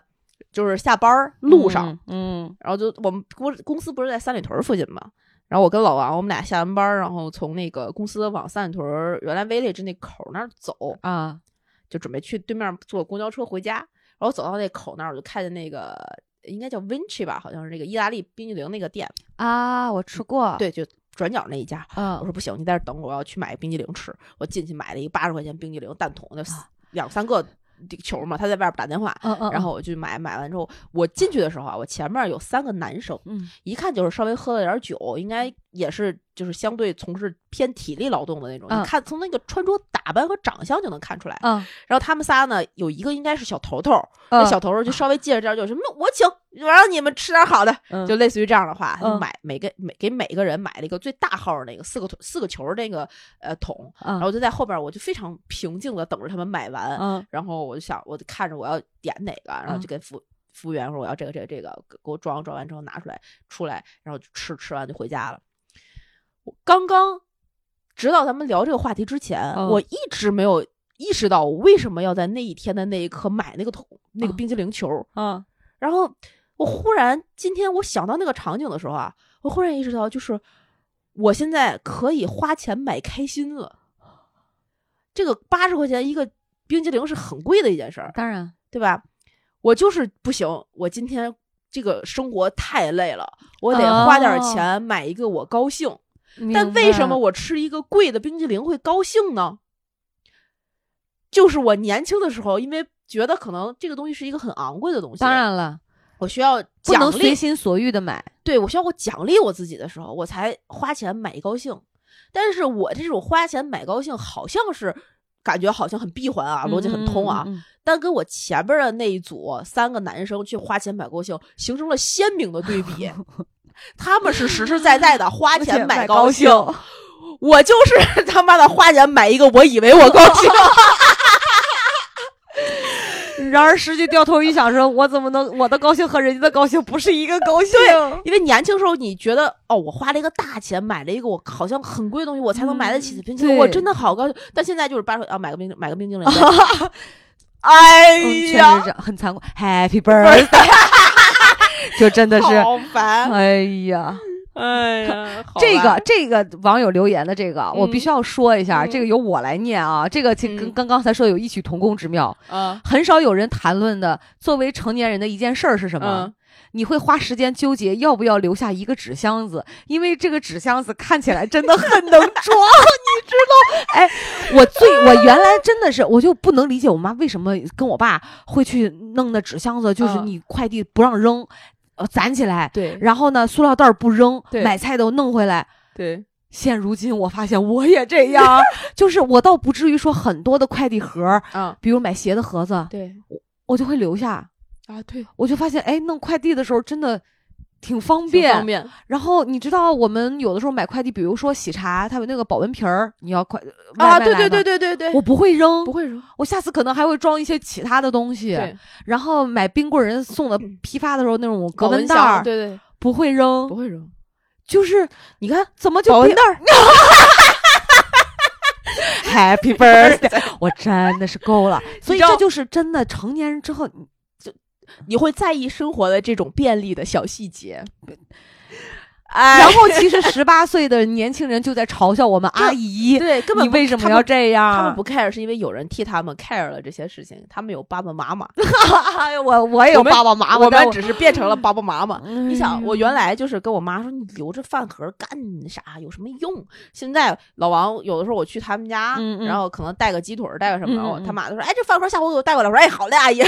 [SPEAKER 2] 就是下班儿路上，
[SPEAKER 1] 嗯，嗯，
[SPEAKER 2] 然后就我们公公司不是在三里屯儿附近嘛，然后我跟老王我们俩下完班儿，然后从那个公司往三里屯儿原来 village 那口儿那儿走，
[SPEAKER 1] 啊，
[SPEAKER 2] 就准备去对面坐公交车回家。然后走到那口那儿，我就看见那个应该叫 Vinci 吧，好像是那个意大利冰激凌那个店，
[SPEAKER 1] 啊，我吃过，，
[SPEAKER 2] 对，就转角那一家。我
[SPEAKER 1] 嗯，
[SPEAKER 2] 说不行，你在这儿等我，我要去买个冰激凌吃。我进去买了一个八十块钱冰激凌蛋筒，
[SPEAKER 1] 啊
[SPEAKER 2] 就四两三个球嘛。他在外边打电话，
[SPEAKER 1] 嗯嗯，
[SPEAKER 2] 然后我去买，买完之后我进去的时候啊，我前面有三个男生，
[SPEAKER 1] 嗯，
[SPEAKER 2] 一看就是稍微喝了点儿酒，应该也是就是相对从事偏体力劳动的那种。
[SPEAKER 1] 嗯
[SPEAKER 2] 你看从那个穿着打扮和长相就能看出来。
[SPEAKER 1] 嗯
[SPEAKER 2] 然后他们仨呢，有一个应该是小头头，那
[SPEAKER 1] 嗯，
[SPEAKER 2] 小头头就稍微借着点儿酒，什么嗯我请，我让你们吃点儿好的，
[SPEAKER 1] 嗯
[SPEAKER 2] 就类似于这样的话，他就
[SPEAKER 1] 嗯
[SPEAKER 2] 买每个每给每个人买了一个最大号的那个四个四个球儿那个呃桶，然
[SPEAKER 1] 嗯
[SPEAKER 2] 后就在后边儿我就非常平静的等着他们买完，
[SPEAKER 1] 嗯
[SPEAKER 2] 然后我就想，我就看着我要点哪个，然后
[SPEAKER 1] 嗯
[SPEAKER 2] 就跟服服务员说我要这个这个这个，给给我装装完之后拿出来出来，然后就吃吃完就回家了。我刚刚直到咱们聊这个话题之前，
[SPEAKER 1] 嗯
[SPEAKER 2] 我一直没有意识到我为什么要在那一天的那一刻买那个桶那个
[SPEAKER 1] 啊
[SPEAKER 2] 冰激凌球。
[SPEAKER 1] 啊，
[SPEAKER 2] 然后我忽然今天我想到那个场景的时候啊，我忽然意识到，就是我现在可以花钱买开心了。这个八十块钱一个冰激凌是很贵的一件事儿，
[SPEAKER 1] 当然，
[SPEAKER 2] 对吧？我就是不行，我今天这个生活太累了，我得花点
[SPEAKER 1] 哦
[SPEAKER 2] 钱买一个我高兴。但
[SPEAKER 1] 明
[SPEAKER 2] 为什
[SPEAKER 1] 白
[SPEAKER 2] 么我吃一个贵的冰激凌会高兴呢？就是我年轻的时候，因为觉得可能这个东西是一个很昂贵的东西，
[SPEAKER 1] 当然了，
[SPEAKER 2] 我需要
[SPEAKER 1] 不能
[SPEAKER 2] 奖
[SPEAKER 1] 随
[SPEAKER 2] 励，
[SPEAKER 1] 心所欲的买，
[SPEAKER 2] 对我需要我奖励我自己的时候，我才花钱买高兴。但是我这种花钱买高兴，好像是感觉好像很闭环啊，逻辑很通啊。
[SPEAKER 1] 嗯。嗯嗯嗯
[SPEAKER 2] 但跟我前边的那一组三个男生去花钱买高兴，形成了鲜明的 对比。他们是实实在在的花钱买高兴，我就是 他妈的花钱买一个我以为我高兴。
[SPEAKER 1] 嗯然而实际掉头一想说，我怎么能我的高兴和人家的高兴不是一个高兴？
[SPEAKER 2] 因为年轻时候你觉得哦，我花了一个大钱买了一个我好像很贵的东西，我才能买得起的冰激凌，
[SPEAKER 1] 嗯
[SPEAKER 2] 我
[SPEAKER 1] 对
[SPEAKER 2] 真的好高兴。但现在就是八十块啊，买个冰买个冰激 凌，哎
[SPEAKER 1] 嗯确实
[SPEAKER 2] 呀，哎
[SPEAKER 1] 这样很残酷。Happy birthday，就真的是，
[SPEAKER 2] 好烦，
[SPEAKER 1] 哎呀，
[SPEAKER 2] 哎呀，好
[SPEAKER 1] 这
[SPEAKER 2] 吧
[SPEAKER 1] 个这个网友留言的这个，我必须要说一下，
[SPEAKER 2] 嗯
[SPEAKER 1] 这个由我来念啊，这个其实
[SPEAKER 2] 嗯
[SPEAKER 1] 跟跟刚才说的有异曲同工之妙。
[SPEAKER 2] 啊，
[SPEAKER 1] 很少有人谈论的，作为成年人的一件事儿是什么？
[SPEAKER 2] 嗯
[SPEAKER 1] 你会花时间纠结要不要留下一个纸箱子，因为这个纸箱子看起来真的很能装，你 知道？哎，我最我原来真的是我就不能理解我妈为什么跟我爸会去弄那纸箱子，就是
[SPEAKER 2] 嗯
[SPEAKER 1] 你快递不让扔，呃，攒起来，
[SPEAKER 2] 对
[SPEAKER 1] 然后呢，塑料袋儿不扔，
[SPEAKER 2] 对
[SPEAKER 1] 买菜都弄回来。
[SPEAKER 2] 对，
[SPEAKER 1] 现如今我发现我也这 样，就是我倒不至于说很多的快递盒，
[SPEAKER 2] 啊，
[SPEAKER 1] 比如买鞋的盒子，
[SPEAKER 2] 对
[SPEAKER 1] 我就会留下。
[SPEAKER 2] 啊，对，
[SPEAKER 1] 我就发现，哎，弄快递的时候真的挺方
[SPEAKER 2] 挺
[SPEAKER 1] 便。
[SPEAKER 2] 方便，
[SPEAKER 1] 然后你知道，我们有的时候买快递，比如说喜茶，它有那个保温瓶儿，你要快
[SPEAKER 2] 啊，对对对，
[SPEAKER 1] 外卖来嘛
[SPEAKER 2] 对对对，
[SPEAKER 1] 我不会扔，
[SPEAKER 2] 不会说，
[SPEAKER 1] 我下次可能还会装一些其他的东西。
[SPEAKER 2] 对，嗯
[SPEAKER 1] 然后买冰棍儿人送的批发的时候那种隔
[SPEAKER 2] 保
[SPEAKER 1] 温
[SPEAKER 2] 温
[SPEAKER 1] 袋
[SPEAKER 2] 箱
[SPEAKER 1] 儿，
[SPEAKER 2] 对对，
[SPEAKER 1] 不会扔
[SPEAKER 2] 不，会说，
[SPEAKER 1] 就是
[SPEAKER 2] 你看
[SPEAKER 1] 怎么就
[SPEAKER 2] 保温
[SPEAKER 1] 变
[SPEAKER 2] 袋儿
[SPEAKER 1] Happy birthday！我 真的是够了，所以
[SPEAKER 2] 你知道
[SPEAKER 1] 这就是真的成年人之后，你
[SPEAKER 2] 你会在意生活的这种便利的小细节，
[SPEAKER 1] 然
[SPEAKER 2] 哎，
[SPEAKER 1] 后其实十八岁的年轻人就在嘲笑我们
[SPEAKER 2] 这
[SPEAKER 1] 阿姨，
[SPEAKER 2] 对，根本
[SPEAKER 1] 你
[SPEAKER 2] 不
[SPEAKER 1] 为什
[SPEAKER 2] 他
[SPEAKER 1] 么
[SPEAKER 2] 们
[SPEAKER 1] 要这样？
[SPEAKER 2] 他们不 care 是因为有人替他们 care 了这些事情，他们有爸爸妈妈，
[SPEAKER 1] 哎，我我也有
[SPEAKER 2] 我们
[SPEAKER 1] 爸爸 妈妈，
[SPEAKER 2] 啊我
[SPEAKER 1] 但
[SPEAKER 2] 们只是变成了爸爸妈妈。
[SPEAKER 1] 嗯
[SPEAKER 2] 你想，我原来就是跟我妈说，你留着饭盒干啥？有什么用？现在老王有的时候我去他们家，
[SPEAKER 1] 嗯嗯
[SPEAKER 2] 然后可能带个鸡腿儿，带个什么，
[SPEAKER 1] 嗯嗯
[SPEAKER 2] 我他
[SPEAKER 1] 嗯
[SPEAKER 2] 妈就说：“哎，这饭盒下回给我带过来。”我说：“哎，好嘞，阿姨。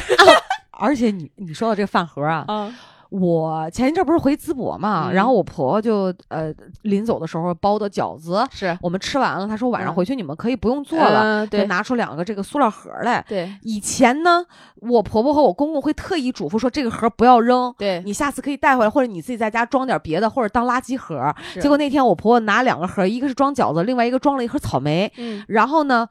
[SPEAKER 1] 而且你你说到这个饭盒啊”，
[SPEAKER 2] 啊，
[SPEAKER 1] 我前一阵不是回淄博嘛，
[SPEAKER 2] 嗯
[SPEAKER 1] 然后我婆就呃临走的时候包的饺子，
[SPEAKER 2] 是
[SPEAKER 1] 我们吃完了，她说晚上
[SPEAKER 2] 嗯
[SPEAKER 1] 回去你们可以不用做
[SPEAKER 2] 做
[SPEAKER 1] 了，
[SPEAKER 2] 了，
[SPEAKER 1] 就拿出两个这个塑料盒来。
[SPEAKER 2] 对
[SPEAKER 1] 以前呢，我婆婆和我公公会特意嘱咐说这个盒不要扔，
[SPEAKER 2] 对，
[SPEAKER 1] 你下次可以带回来，或者你自己在家装点别的，或者当垃圾盒。
[SPEAKER 2] 是
[SPEAKER 1] 结果那天我婆婆拿两个盒，一个是装饺子，另外一个装了一盒草莓。
[SPEAKER 2] 嗯
[SPEAKER 1] 然后呢，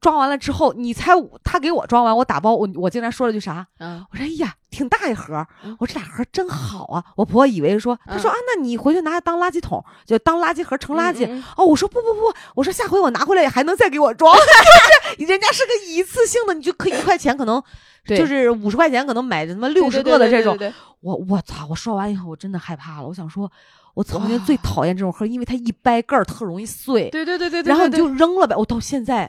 [SPEAKER 1] 装完了之后，你猜我她给我装完，我打包，我我竟然说了句啥？
[SPEAKER 2] 嗯
[SPEAKER 1] 我说哎呀，挺大一盒
[SPEAKER 2] 嗯，
[SPEAKER 1] 我说这俩盒真好啊。我婆婆以为说，她说
[SPEAKER 2] 嗯
[SPEAKER 1] 啊，那你回去拿当垃圾桶，就当垃圾盒盛垃圾。
[SPEAKER 2] 嗯嗯
[SPEAKER 1] 哦，我说不不不，我说下回我拿回来还能再给我装， 就是人家是个一次性的，你就可以一块钱可能
[SPEAKER 2] 嗯对
[SPEAKER 1] 就是五十块钱可能买他妈
[SPEAKER 2] 对
[SPEAKER 1] 六十
[SPEAKER 2] 对
[SPEAKER 1] 个的
[SPEAKER 2] 对对
[SPEAKER 1] 这种，
[SPEAKER 2] 对对
[SPEAKER 1] 我我操！我说完以后，我真的害怕了。我想说，我曾经
[SPEAKER 2] 哇
[SPEAKER 1] 最讨厌这种盒，因为它一掰盖儿特容易碎，
[SPEAKER 2] 对对对对对，
[SPEAKER 1] 然后你
[SPEAKER 2] 对
[SPEAKER 1] 就扔了呗。我到现在，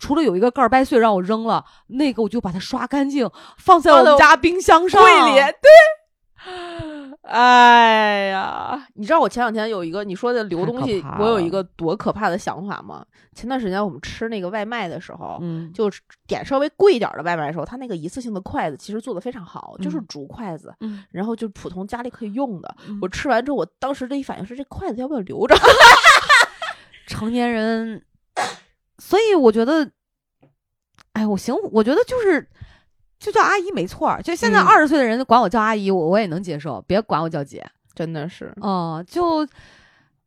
[SPEAKER 1] 除了有一个盖儿掰碎让我扔了，那个我就把它刷干净，放在
[SPEAKER 2] 放
[SPEAKER 1] 我
[SPEAKER 2] 在
[SPEAKER 1] 们
[SPEAKER 2] 我
[SPEAKER 1] 家冰箱上。
[SPEAKER 2] 跪脸，对。 哎呀，你知道我前两天有一个你说的留
[SPEAKER 1] 太
[SPEAKER 2] 东
[SPEAKER 1] 可
[SPEAKER 2] 西
[SPEAKER 1] 怕，
[SPEAKER 2] 我有
[SPEAKER 1] 了
[SPEAKER 2] 一个多可怕的想法吗？前段时间我们吃那个外卖的时候，
[SPEAKER 1] 嗯，
[SPEAKER 2] 就是点稍微贵一点的外卖的时候，它那个一次性的筷子其实做的非常好，就是
[SPEAKER 1] 嗯
[SPEAKER 2] 竹筷子，
[SPEAKER 1] 嗯
[SPEAKER 2] 然后就普通家里可以用的。
[SPEAKER 1] 嗯
[SPEAKER 2] 我吃完之后，我当时的一反应是这筷子要不要留着？
[SPEAKER 1] 成年人，所以我觉得，哎，我行，我觉得就是。就叫阿姨没错儿，就现在
[SPEAKER 2] 嗯
[SPEAKER 1] 二十岁的人管我叫阿姨，我、我也能接受，别管我叫姐，
[SPEAKER 2] 真的是，
[SPEAKER 1] 嗯，就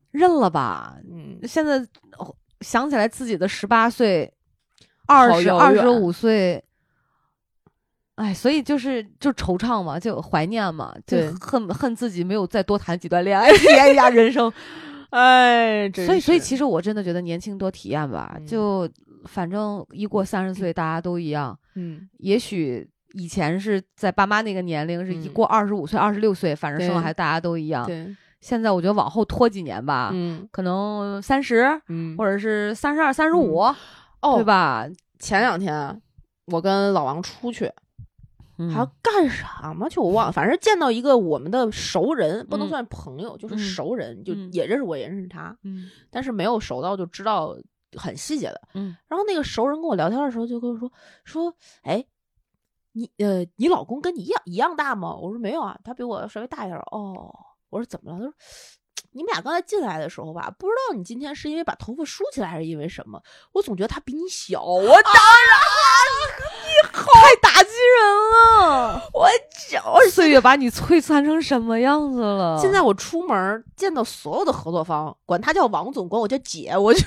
[SPEAKER 1] 认了吧，
[SPEAKER 2] 嗯，
[SPEAKER 1] 现在哦想起来自己的十八岁、二
[SPEAKER 2] 好
[SPEAKER 1] 十、
[SPEAKER 2] 遥
[SPEAKER 1] 二
[SPEAKER 2] 远
[SPEAKER 1] 十五岁，哎，所以就是就惆怅嘛，就怀念嘛，就
[SPEAKER 2] 对
[SPEAKER 1] 恨恨自己没有再多谈几段恋爱， 体验一 下人生。
[SPEAKER 2] 哎，
[SPEAKER 1] 所以，所以
[SPEAKER 2] 实。
[SPEAKER 1] 其实我真的觉得年轻多体验吧，
[SPEAKER 2] 嗯
[SPEAKER 1] 就反正一过三十岁，大家都一样。
[SPEAKER 2] 嗯，
[SPEAKER 1] 也许以前是在爸妈那个年龄，是一
[SPEAKER 2] 嗯
[SPEAKER 1] 过二十五岁、二十六岁，反正
[SPEAKER 2] 对
[SPEAKER 1] 生了孩子大家都一样。
[SPEAKER 2] 对，
[SPEAKER 1] 现在我觉得往后拖几年吧，
[SPEAKER 2] 啊嗯
[SPEAKER 1] 可能三十
[SPEAKER 2] 嗯
[SPEAKER 1] 或者是三十二、三十五，
[SPEAKER 2] 哦，
[SPEAKER 1] 对？吧？
[SPEAKER 2] 前两天啊我跟老王出去，
[SPEAKER 1] 嗯
[SPEAKER 2] 还干啥嘛？去我忘了，反正见到一个我们的熟人，不能
[SPEAKER 1] 嗯
[SPEAKER 2] 算朋友，就
[SPEAKER 1] 嗯
[SPEAKER 2] 是熟人，就
[SPEAKER 1] 嗯
[SPEAKER 2] 也认识我，也认识他，
[SPEAKER 1] 嗯
[SPEAKER 2] 但是没有熟到就知道很细节的。
[SPEAKER 1] 嗯
[SPEAKER 2] 然后那个熟人跟我聊天的时候就跟我说说，哎，你呃，你老公跟你一样一样大吗？我说没有啊，他比我稍微大一点儿。哦，我说怎么了？他说。你们俩刚才进来的时候吧，不知道你今天是因为把头发梳起来，还是因为什么？我总觉得他比你小。我当然，
[SPEAKER 1] 太打击人了！
[SPEAKER 2] 我小
[SPEAKER 1] 哦岁月把你摧残成什么样子了？
[SPEAKER 2] 现在我出门儿见到所有的合作方，管他叫王总，管我叫姐，我就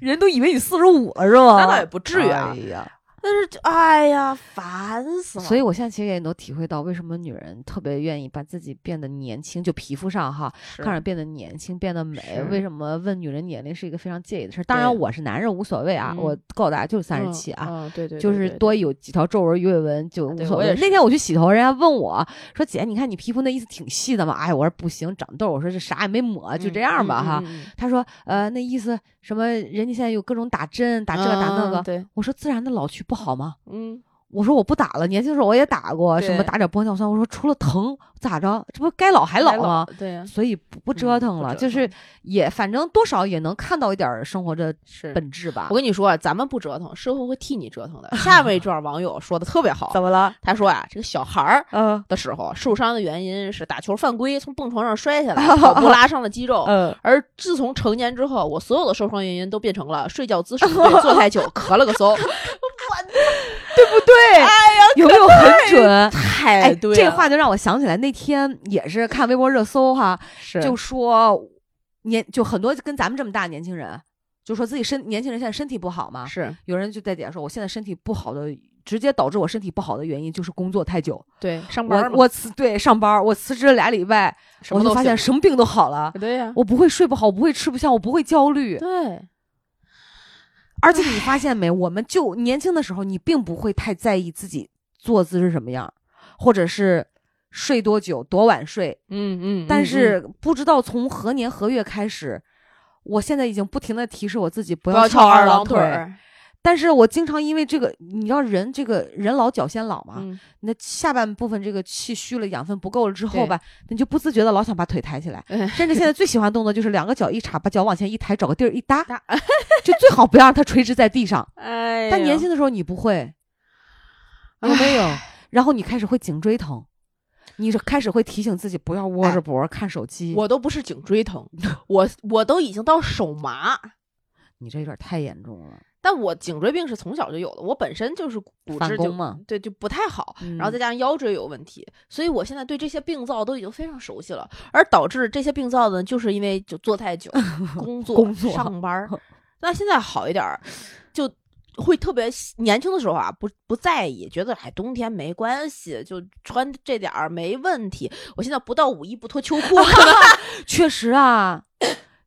[SPEAKER 1] 人都以为你四十五了是吗？
[SPEAKER 2] 那倒也不至于啊
[SPEAKER 1] 哎。呀，
[SPEAKER 2] 但是就哎呀，烦死了。
[SPEAKER 1] 所以我现在其实也能体会到为什么女人特别愿意把自己变得年轻，就皮肤上哈，
[SPEAKER 2] 是嗯
[SPEAKER 1] 看着变得年轻、变得美
[SPEAKER 2] 是。
[SPEAKER 1] 为什么问女人年龄是一个非常介意的事儿？当
[SPEAKER 2] 对
[SPEAKER 1] 然，我是男人无所谓啊，
[SPEAKER 2] 嗯
[SPEAKER 1] 我告诉大家就是三十七啊。
[SPEAKER 2] 嗯，嗯对对，
[SPEAKER 1] 就
[SPEAKER 2] 对
[SPEAKER 1] 是
[SPEAKER 2] 对
[SPEAKER 1] 多有几条皱纹、鱼尾纹就无
[SPEAKER 2] 对
[SPEAKER 1] 所
[SPEAKER 2] 我
[SPEAKER 1] 谓
[SPEAKER 2] 也。是
[SPEAKER 1] 那天我去洗头，人家问我说：“姐，你看你皮肤那意思挺细的嘛？”哎，我说不行，长痘。我说这啥也没抹，就这样吧哈。。
[SPEAKER 2] 嗯嗯嗯嗯嗯
[SPEAKER 1] 他说：“呃，那意思什么？人家现在有各种打针，打这个打那
[SPEAKER 2] 嗯
[SPEAKER 1] 个。
[SPEAKER 2] 对，
[SPEAKER 1] 我说：“自然的老去不好吗？”
[SPEAKER 2] 嗯，
[SPEAKER 1] 我说我不打了，年轻时候我也打过，什么
[SPEAKER 2] 对
[SPEAKER 1] 打点玻尿酸，我说除了疼咋着，这不该老还老吗？？
[SPEAKER 2] 对呀，
[SPEAKER 1] 所以不不折腾
[SPEAKER 2] 嗯不
[SPEAKER 1] 了，
[SPEAKER 2] 折
[SPEAKER 1] 就是也反正多少也能看到一点儿生活的
[SPEAKER 2] 是。
[SPEAKER 1] 本质吧
[SPEAKER 2] 我。跟你说啊，咱们不折腾，社会会替你折腾的。下面一段网友说的特别好，
[SPEAKER 1] 啊么了？
[SPEAKER 2] 他说啊，这个小孩儿
[SPEAKER 1] 嗯
[SPEAKER 2] 的时候受伤的原因是打球犯规，从蹦床上摔 下来，跑步拉伤了肌肉。
[SPEAKER 1] 嗯，
[SPEAKER 2] 而自从成年之后，我所有的受伤原因都变成了睡觉姿势不对、坐太久、咳了个嗽，
[SPEAKER 1] 对不对？哎呀，有没有很准？
[SPEAKER 2] 太
[SPEAKER 1] 哎，
[SPEAKER 2] 对了、啊
[SPEAKER 1] 这个话就让我想起来那天也是看微博热搜哈，
[SPEAKER 2] 是
[SPEAKER 1] 就说年就很多跟咱们这么大年轻人，就说自己身年轻人现在身体不好嘛，
[SPEAKER 2] 是
[SPEAKER 1] 有人就在底下说我现在身体不好的。直接导致我身体不好的原因就是工作太久，
[SPEAKER 2] 对上班
[SPEAKER 1] 我
[SPEAKER 2] 嘛，
[SPEAKER 1] 我辞对上班儿，我辞职了俩礼拜，
[SPEAKER 2] 什
[SPEAKER 1] 我
[SPEAKER 2] 么
[SPEAKER 1] 就
[SPEAKER 2] 都
[SPEAKER 1] 发
[SPEAKER 2] 行
[SPEAKER 1] 现什么病都好了。
[SPEAKER 2] 对呀、
[SPEAKER 1] 我不会睡不好，我不会吃不消，我不会焦虑。
[SPEAKER 2] 对嗯
[SPEAKER 1] 而且你发现没，我们就年轻的时候，你并不会太在意自己坐姿是什么样，或者是睡多久、多晚睡。
[SPEAKER 2] 嗯嗯，
[SPEAKER 1] 但
[SPEAKER 2] 嗯
[SPEAKER 1] 是不知道从何年何月开始，我现在已经不停的提示我自己不
[SPEAKER 2] 不要
[SPEAKER 1] 翘
[SPEAKER 2] 翘
[SPEAKER 1] 二
[SPEAKER 2] 二郎
[SPEAKER 1] 腿。
[SPEAKER 2] 儿，
[SPEAKER 1] 但是我经常因为这个，你知道人这个人老脚先老嘛，
[SPEAKER 2] 嗯，
[SPEAKER 1] 你的下半部分这个气虚了，养分不够了之后
[SPEAKER 2] 对
[SPEAKER 1] 吧，你就不自觉的老想把腿抬起来。
[SPEAKER 2] 嗯
[SPEAKER 1] 甚至现在最喜欢动作就是两个脚一叉，把脚往前一抬，找个地儿一搭
[SPEAKER 2] 搭，
[SPEAKER 1] 就最好不要让它垂直在地上。
[SPEAKER 2] 哎呀，
[SPEAKER 1] 但年轻的时候你不 会，有没有？然后你开始会颈椎疼，你是开始会提醒自己不要窝着脖儿看手机。
[SPEAKER 2] 哎我都不是颈椎疼，我我都已经到手麻。
[SPEAKER 1] 你这有点太严重了，
[SPEAKER 2] 但我颈椎病是从小就有的，我本身就是骨
[SPEAKER 1] 反
[SPEAKER 2] 质
[SPEAKER 1] 弓
[SPEAKER 2] 就
[SPEAKER 1] 嘛。
[SPEAKER 2] 对就不太好，然
[SPEAKER 1] 嗯
[SPEAKER 2] 后再加上腰椎有问题，所以我现在对这些病灶都已经非常熟悉了。而导致这些病灶呢，就是因为就坐 太久、工作、
[SPEAKER 1] 工作
[SPEAKER 2] 上 班儿。那现在好一点儿，就会特别喜年轻的时候啊，不不在意，觉得哎冬天没关系，就穿这点儿没问题。我现在不到五一不脱秋裤，
[SPEAKER 1] 确实啊，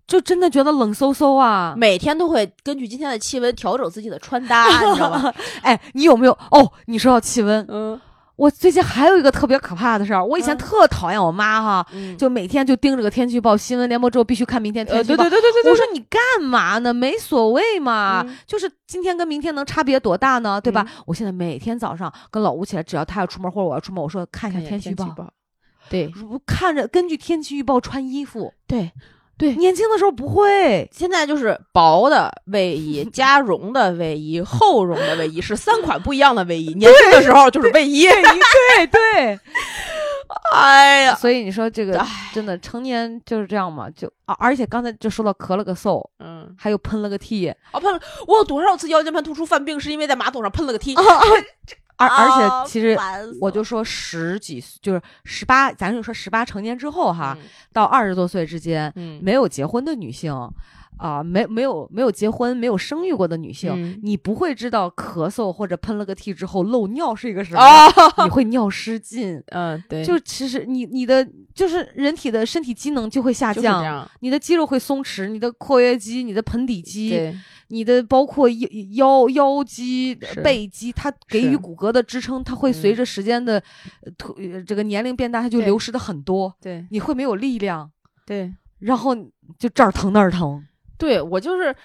[SPEAKER 1] 就真的觉得冷飕飕啊。
[SPEAKER 2] 每天都会根据今天的气温调整自己的穿搭，你知 道吗？
[SPEAKER 1] 哎，你有没有？哦，你说到气温，
[SPEAKER 2] 嗯
[SPEAKER 1] 我最近还有一个特别可怕的事儿，我以前
[SPEAKER 2] 嗯
[SPEAKER 1] 特讨厌我妈哈，
[SPEAKER 2] 嗯，
[SPEAKER 1] 就每天就盯着个天气预报，新闻联播之后必须看明天天
[SPEAKER 2] 呃
[SPEAKER 1] 气预
[SPEAKER 2] 对
[SPEAKER 1] 报。
[SPEAKER 2] 对对对对对，
[SPEAKER 1] 我说你啊干嘛呢？没所谓嘛，
[SPEAKER 2] 嗯
[SPEAKER 1] 就是今天跟明天能差别多大呢？对吧？我现在每天早上跟老吴起来，只要他要出门或者我要出门，我说看一下
[SPEAKER 2] 看一
[SPEAKER 1] 气
[SPEAKER 2] 下
[SPEAKER 1] 预报，
[SPEAKER 2] 报，对
[SPEAKER 1] 如看着根据天气预报穿衣服。
[SPEAKER 2] 对。
[SPEAKER 1] 年轻的时候不会，
[SPEAKER 2] 现在就是薄的 卫衣、加绒的卫衣、厚绒的卫衣，是三款不一样的 卫衣。年轻的时候就是卫衣，
[SPEAKER 1] 对对。
[SPEAKER 2] 哎 呀，
[SPEAKER 1] 所以你说这个
[SPEAKER 2] 哎
[SPEAKER 1] 真的成年就是这样嘛？就啊而且刚才就说到咳了个嗽，
[SPEAKER 2] 嗯，
[SPEAKER 1] 还有喷了个嚏，
[SPEAKER 2] 我喷了，我有多少次腰间盘突出犯病是因为在马桶上喷了个嚏？
[SPEAKER 1] 啊而而
[SPEAKER 2] 啊
[SPEAKER 1] 且其实
[SPEAKER 2] 烦死
[SPEAKER 1] 我
[SPEAKER 2] 了
[SPEAKER 1] 就说十几岁，就是十八，咱就说十八成年之后哈，，
[SPEAKER 2] 嗯
[SPEAKER 1] 到二十多岁之间，
[SPEAKER 2] 嗯，
[SPEAKER 1] 没有结婚的女性，啊、没没有没有结婚、没有生育过的女性，
[SPEAKER 2] 嗯
[SPEAKER 1] 你不会知道咳嗽或者喷了个嚏之后漏尿是一个什么样，
[SPEAKER 2] 啊，
[SPEAKER 1] 你会尿失禁。
[SPEAKER 2] 嗯，对，
[SPEAKER 1] 就其实你你的就是人体的身体机能就会下
[SPEAKER 2] 就是这
[SPEAKER 1] 降，
[SPEAKER 2] 样，
[SPEAKER 1] 你的肌肉会松弛，你的括约肌、你的盆底肌，
[SPEAKER 2] 对，
[SPEAKER 1] 你的包括腰腰腰肌
[SPEAKER 2] 是、
[SPEAKER 1] 背肌，它给予
[SPEAKER 2] 是
[SPEAKER 1] 骨骼的支撑，它会随
[SPEAKER 2] 嗯
[SPEAKER 1] 着时间的呃突呃这个年龄变大，它就
[SPEAKER 2] 对
[SPEAKER 1] 流失的很多，
[SPEAKER 2] 对
[SPEAKER 1] 你会没有力量，
[SPEAKER 2] 对
[SPEAKER 1] 然后就这儿疼那儿疼，
[SPEAKER 2] 对，我就是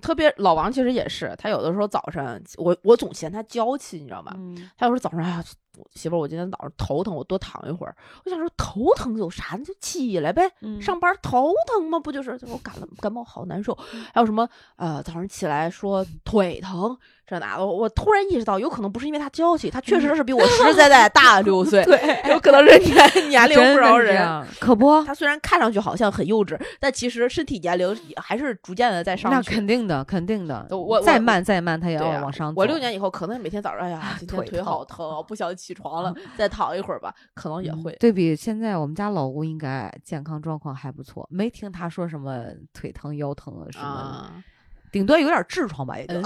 [SPEAKER 2] 特别老王，其实也是，他有的时候早上，我我总嫌他娇气，你知道吧？
[SPEAKER 1] 嗯，
[SPEAKER 2] 他有时候早上，哎呀，我媳妇儿，我今天早上头疼，我多躺一会儿。我想说头疼有啥？你就起来呗，
[SPEAKER 1] 嗯
[SPEAKER 2] 上班头疼吗？不就是我感了感冒好难受，
[SPEAKER 1] 嗯
[SPEAKER 2] 还有什么呃，早上起来说腿疼这那的，我我突然意识到，有可能不是因为他娇气，他确实是比我实实在在大六岁，
[SPEAKER 1] 嗯 对，
[SPEAKER 2] 有可能是年年龄
[SPEAKER 1] 真
[SPEAKER 2] 不
[SPEAKER 1] 的
[SPEAKER 2] 饶
[SPEAKER 1] 是这
[SPEAKER 2] 人。
[SPEAKER 1] 样，可不，
[SPEAKER 2] 他虽然看上去好像很幼稚，但其实身体年龄也还是逐渐的在上去。
[SPEAKER 1] 那肯定的，肯定的，
[SPEAKER 2] 我我
[SPEAKER 1] 再慢再慢，它也
[SPEAKER 2] 对
[SPEAKER 1] 要
[SPEAKER 2] 啊
[SPEAKER 1] 往上走。
[SPEAKER 2] 我六年以后可能每天早上，哎 呀，今天
[SPEAKER 1] 腿
[SPEAKER 2] 腿好疼，我不想起 床了，再躺一会儿吧，可能也
[SPEAKER 1] 嗯
[SPEAKER 2] 会。
[SPEAKER 1] 对比现在我们家老吴应该健康状况还不错，没听他说什么腿疼、腰疼什么，
[SPEAKER 2] 啊，
[SPEAKER 1] 顶多有点痔疮吧，也就
[SPEAKER 2] 嗯。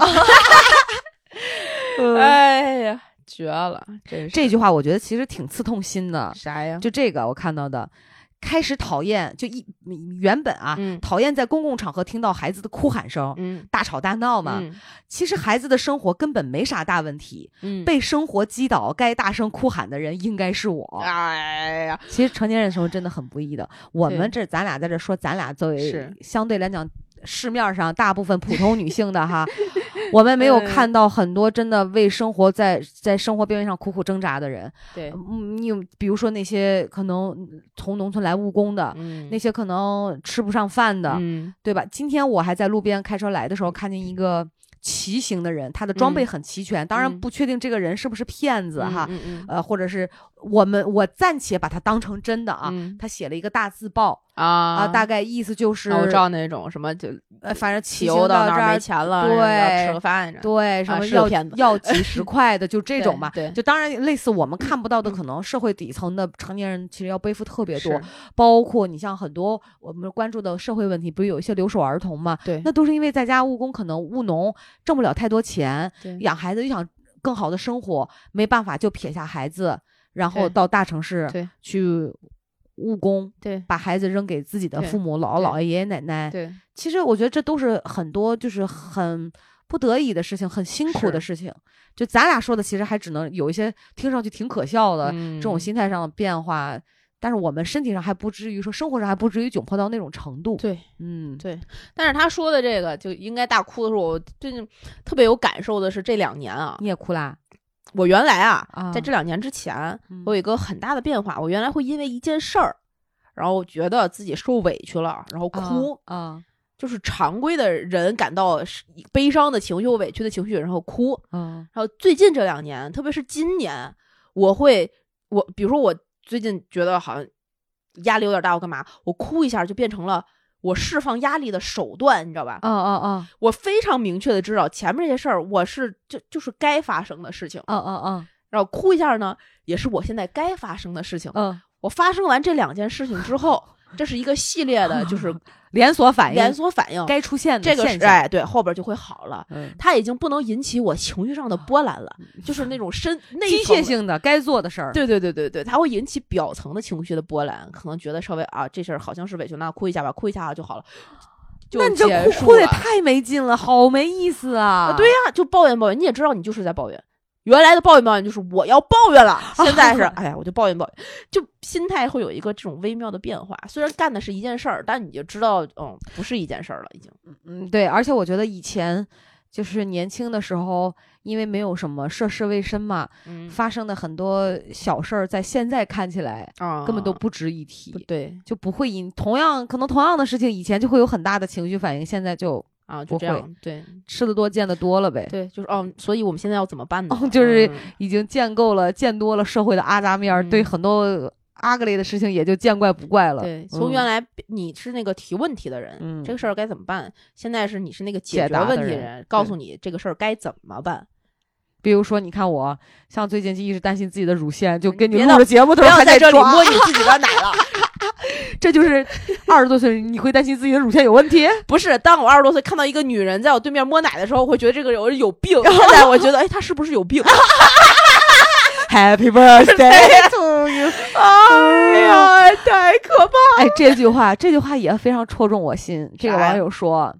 [SPEAKER 1] 呃
[SPEAKER 2] 哎呀，绝了，真是
[SPEAKER 1] 这句话我觉得其实挺刺痛心的，
[SPEAKER 2] 啥呀？
[SPEAKER 1] 就这个我看到的。开始讨厌，就一原本啊，
[SPEAKER 2] 嗯
[SPEAKER 1] 讨厌在公共场合听到孩子的哭喊声、
[SPEAKER 2] 嗯，
[SPEAKER 1] 大吵大闹嘛。
[SPEAKER 2] 嗯
[SPEAKER 1] 其实孩子的生活根本没啥大问题，
[SPEAKER 2] 嗯，
[SPEAKER 1] 被生活击倒，该大声哭喊的人应该是我。
[SPEAKER 2] 哎呀，
[SPEAKER 1] 其实成年人的时候真的很不易的。我
[SPEAKER 2] 对
[SPEAKER 1] 们这咱俩在这说，咱俩作为
[SPEAKER 2] 是
[SPEAKER 1] 相对来讲市面上大部分普通女性的 哈，我们没有
[SPEAKER 2] 嗯
[SPEAKER 1] 看到很多真的为生活在在生活边缘上苦苦挣扎的人。
[SPEAKER 2] 对，
[SPEAKER 1] 嗯，你有比如说那些可能从农村来务工的。
[SPEAKER 2] 嗯
[SPEAKER 1] 那些可能吃不上饭的，
[SPEAKER 2] 嗯
[SPEAKER 1] 对吧？今天我还在路边开车来的时候，看见一个骑行的人，他的装备
[SPEAKER 2] 嗯
[SPEAKER 1] 很齐全，当然
[SPEAKER 2] 嗯
[SPEAKER 1] 不确定这个人是不是骗子哈，
[SPEAKER 2] 嗯嗯
[SPEAKER 1] 呃，或者是我们我暂且把它当成真的啊。
[SPEAKER 2] 嗯
[SPEAKER 1] 他写了一个大字报
[SPEAKER 2] 啊
[SPEAKER 1] 啊，
[SPEAKER 2] 啊
[SPEAKER 1] 大概意思就是，
[SPEAKER 2] 我知道那种什么就
[SPEAKER 1] 呃，反正骑
[SPEAKER 2] 汽
[SPEAKER 1] 行
[SPEAKER 2] 油
[SPEAKER 1] 到
[SPEAKER 2] 到
[SPEAKER 1] 这
[SPEAKER 2] 那儿没
[SPEAKER 1] 儿，
[SPEAKER 2] 钱了，
[SPEAKER 1] 对
[SPEAKER 2] 要吃个饭，
[SPEAKER 1] 对，
[SPEAKER 2] 啊
[SPEAKER 1] 什么
[SPEAKER 2] 是个
[SPEAKER 1] 要
[SPEAKER 2] 骗子
[SPEAKER 1] 要几十块的，就这种嘛。
[SPEAKER 2] 对，嗯
[SPEAKER 1] 就当然类似我们看不到的，可能社会底层的成年人其实要背负特别多
[SPEAKER 2] 是，
[SPEAKER 1] 包括你像很多我们关注的社会问题，不是有一些留守儿童嘛？
[SPEAKER 2] 对
[SPEAKER 1] 那都是因为在家务工，可能务农挣不了太多钱，
[SPEAKER 2] 对
[SPEAKER 1] 养孩子又想更好的生活，没办法就撇下孩子，然后
[SPEAKER 2] 对
[SPEAKER 1] 到大城市
[SPEAKER 2] 对
[SPEAKER 1] 去务工，
[SPEAKER 2] 对
[SPEAKER 1] 把孩子扔给自己的
[SPEAKER 2] 对
[SPEAKER 1] 父母、姥姥姥
[SPEAKER 2] 对
[SPEAKER 1] 爷、爷爷奶奶。
[SPEAKER 2] 对，
[SPEAKER 1] 其实我觉得这都是很多就是很不得已的事情，很辛苦的事
[SPEAKER 2] 是
[SPEAKER 1] 情。就咱俩说的，其实还只能有一些听上去挺可笑的、
[SPEAKER 2] 这
[SPEAKER 1] 这种心态上的变化，但是我们身体上还不至于说，生活上还不至于窘迫到那种程度。
[SPEAKER 2] 对。
[SPEAKER 1] 嗯，
[SPEAKER 2] 对但是他说的这个就应该大哭的时候，我最近特别有感受的是这两年啊，
[SPEAKER 1] 你也哭啦
[SPEAKER 2] 我原来啊，
[SPEAKER 1] 啊！
[SPEAKER 2] 在这两年之前，
[SPEAKER 1] 嗯，
[SPEAKER 2] 我有一个很大的变化，我原来会因为一件事儿，然后觉得自己受委屈了，然后哭，
[SPEAKER 1] 啊啊
[SPEAKER 2] 就是常规的人感到是悲伤的情绪、委屈的情绪，然后哭。
[SPEAKER 1] 啊
[SPEAKER 2] 然后最近这两年，特别是今年，我会我比如说我最近觉得好像压力有点大，我干嘛？我哭一下就变成了我释放压力的手段，你知道吧？
[SPEAKER 1] 啊啊
[SPEAKER 2] 我非常明确的知道前面这些事儿我是就就是该发生的事情，
[SPEAKER 1] 啊啊啊
[SPEAKER 2] 然后哭一下呢，也是我现在该发生的事情。
[SPEAKER 1] 嗯，
[SPEAKER 2] 我发生完这两件事情 之后，这是一个系列的，就是
[SPEAKER 1] 连锁反应，
[SPEAKER 2] 连锁反应。
[SPEAKER 1] 啊哎该出现的
[SPEAKER 2] 这个
[SPEAKER 1] 现
[SPEAKER 2] 是
[SPEAKER 1] 象。
[SPEAKER 2] 哎，对，后边就会好了。
[SPEAKER 1] 嗯，
[SPEAKER 2] 它已经不能引起我情绪上的波澜了，就是那种 深内
[SPEAKER 1] 机
[SPEAKER 2] 层
[SPEAKER 1] 械
[SPEAKER 2] 的。
[SPEAKER 1] 性的该做的事儿。
[SPEAKER 2] 对对对对对，它会引起表层的情绪的波澜，可能觉得稍微啊，这事儿好像是委屈，那哭一下吧，哭一下就好了。就
[SPEAKER 1] 那你这
[SPEAKER 2] 结
[SPEAKER 1] 哭
[SPEAKER 2] 束
[SPEAKER 1] 哭的也
[SPEAKER 2] 了
[SPEAKER 1] 太没劲了，好没意思啊！
[SPEAKER 2] 啊，对呀、就抱怨抱怨，你也知道你就是在抱怨。原来的抱怨抱怨就是我要抱怨 了，现在是哎呀，我就抱怨抱怨，就心态会有一个这种微妙的变化。虽然干的是一件事儿，但你就知道，嗯，不是一件事儿了，已经。
[SPEAKER 1] 嗯，对，而且我觉得以前就是年轻的时候，因为没有什么涉世未深嘛，
[SPEAKER 2] 嗯
[SPEAKER 1] 发生的很多小事儿，在现在看起来
[SPEAKER 2] 啊，
[SPEAKER 1] 根本都不值一提，
[SPEAKER 2] 不对
[SPEAKER 1] 就不会因同样可能同样的事情，以前就会有很大的情绪反应，现在就
[SPEAKER 2] 啊，
[SPEAKER 1] 不
[SPEAKER 2] 就这
[SPEAKER 1] 会
[SPEAKER 2] 样，对
[SPEAKER 1] 吃的多见的多了呗，
[SPEAKER 2] 对，就是哦，所以我们现在要怎么办呢？
[SPEAKER 1] 哦就是
[SPEAKER 2] 嗯
[SPEAKER 1] 已经见够了、见多了社会的阿扎面儿，
[SPEAKER 2] 嗯
[SPEAKER 1] 对很多阿格里的事情也就见怪不怪了。
[SPEAKER 2] 对，从
[SPEAKER 1] 嗯
[SPEAKER 2] 原来你是那个提问题的人，
[SPEAKER 1] 嗯
[SPEAKER 2] 这个事儿该怎么办？现在是你是那个
[SPEAKER 1] 解
[SPEAKER 2] 解决
[SPEAKER 1] 答的
[SPEAKER 2] 问题
[SPEAKER 1] 人
[SPEAKER 2] 告
[SPEAKER 1] 对
[SPEAKER 2] 诉你这个事儿该怎 么办。
[SPEAKER 1] 比如说，你看我，像最近就一直担心自己的乳腺，就跟你
[SPEAKER 2] 嗯别
[SPEAKER 1] 录
[SPEAKER 2] 闹
[SPEAKER 1] 着节目的时
[SPEAKER 2] 不
[SPEAKER 1] 候
[SPEAKER 2] 要
[SPEAKER 1] 还
[SPEAKER 2] 在这里
[SPEAKER 1] 抓
[SPEAKER 2] 摸你自己的奶了。
[SPEAKER 1] 这 就是二十多岁你会担心自己的乳腺有问题？
[SPEAKER 2] 不是，当我二十多岁看到一个女人在我对面摸奶的时候，我会觉得这个人有 病。现在我觉得，哎，她是不是有病？
[SPEAKER 1] Happy birthday to you！哎呀，
[SPEAKER 2] 呀，太可怕！
[SPEAKER 1] 哎，这句话，这句话也非常戳中我心。这个
[SPEAKER 2] 啥呀
[SPEAKER 1] 网友说，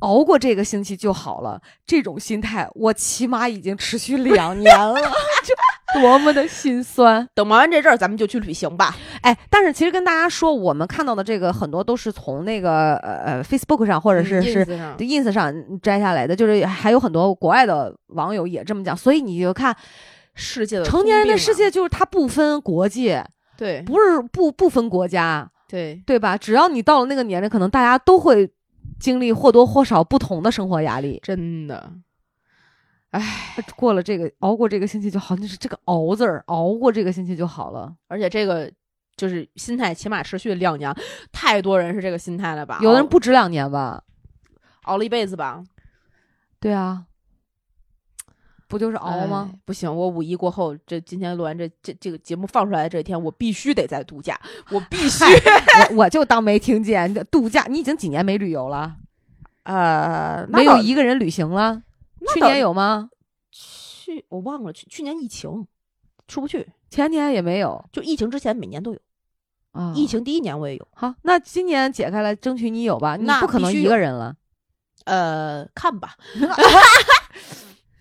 [SPEAKER 1] 熬过这个星期就好了。这种心态，我起码已经持续 两年了，就多么的心酸。
[SPEAKER 2] 等忙完这阵儿，咱们就去旅行吧。
[SPEAKER 1] 哎，但是其实跟大家说，我们看到的这个很多都是从那个呃呃 Facebook 上，或者是是
[SPEAKER 2] 嗯 ins 上
[SPEAKER 1] ins 上摘下来的，就是还有很多国外的网友也这么讲，所以你就看
[SPEAKER 2] 世界的
[SPEAKER 1] 成年人的
[SPEAKER 2] 通病
[SPEAKER 1] 世
[SPEAKER 2] 啊，
[SPEAKER 1] 界就是它不分国界，
[SPEAKER 2] 对
[SPEAKER 1] 不是不不分国家，
[SPEAKER 2] 对，
[SPEAKER 1] 对吧？只要你到了那个年龄，可能大家都会经历或多或少不同的生活压力。
[SPEAKER 2] 真的，唉，
[SPEAKER 1] 呃过了这个，熬过这个星期就好，就是这个“熬”字儿，熬过这个星期就好了。
[SPEAKER 2] 而且这个就是心态，起码持续两年，太多人是这个心态了吧？
[SPEAKER 1] 有的人
[SPEAKER 2] 熬
[SPEAKER 1] 不止两年吧？
[SPEAKER 2] 熬了一辈子吧？
[SPEAKER 1] 对啊，不就是熬吗？
[SPEAKER 2] 哎？不行，我五一过后，这今天录完这这这个节目放出来的这一天，我必须得在度假，我必须
[SPEAKER 1] 我我就当没听见。度假，你已经几年没旅游了？
[SPEAKER 2] 呃，那
[SPEAKER 1] 没有
[SPEAKER 2] 倒
[SPEAKER 1] 一个人旅行了？
[SPEAKER 2] 那
[SPEAKER 1] 去
[SPEAKER 2] 倒
[SPEAKER 1] 年有吗？
[SPEAKER 2] 去，我忘了去去年疫情出不去，
[SPEAKER 1] 前年也没有
[SPEAKER 2] 就疫情之前每年都有，
[SPEAKER 1] 啊。
[SPEAKER 2] 疫情第一年我也有，
[SPEAKER 1] 好，那今年解开来，争取你有吧？你
[SPEAKER 2] 那
[SPEAKER 1] 不可
[SPEAKER 2] 必
[SPEAKER 1] 能
[SPEAKER 2] 须
[SPEAKER 1] 一
[SPEAKER 2] 有
[SPEAKER 1] 个人了，
[SPEAKER 2] 呃，看吧，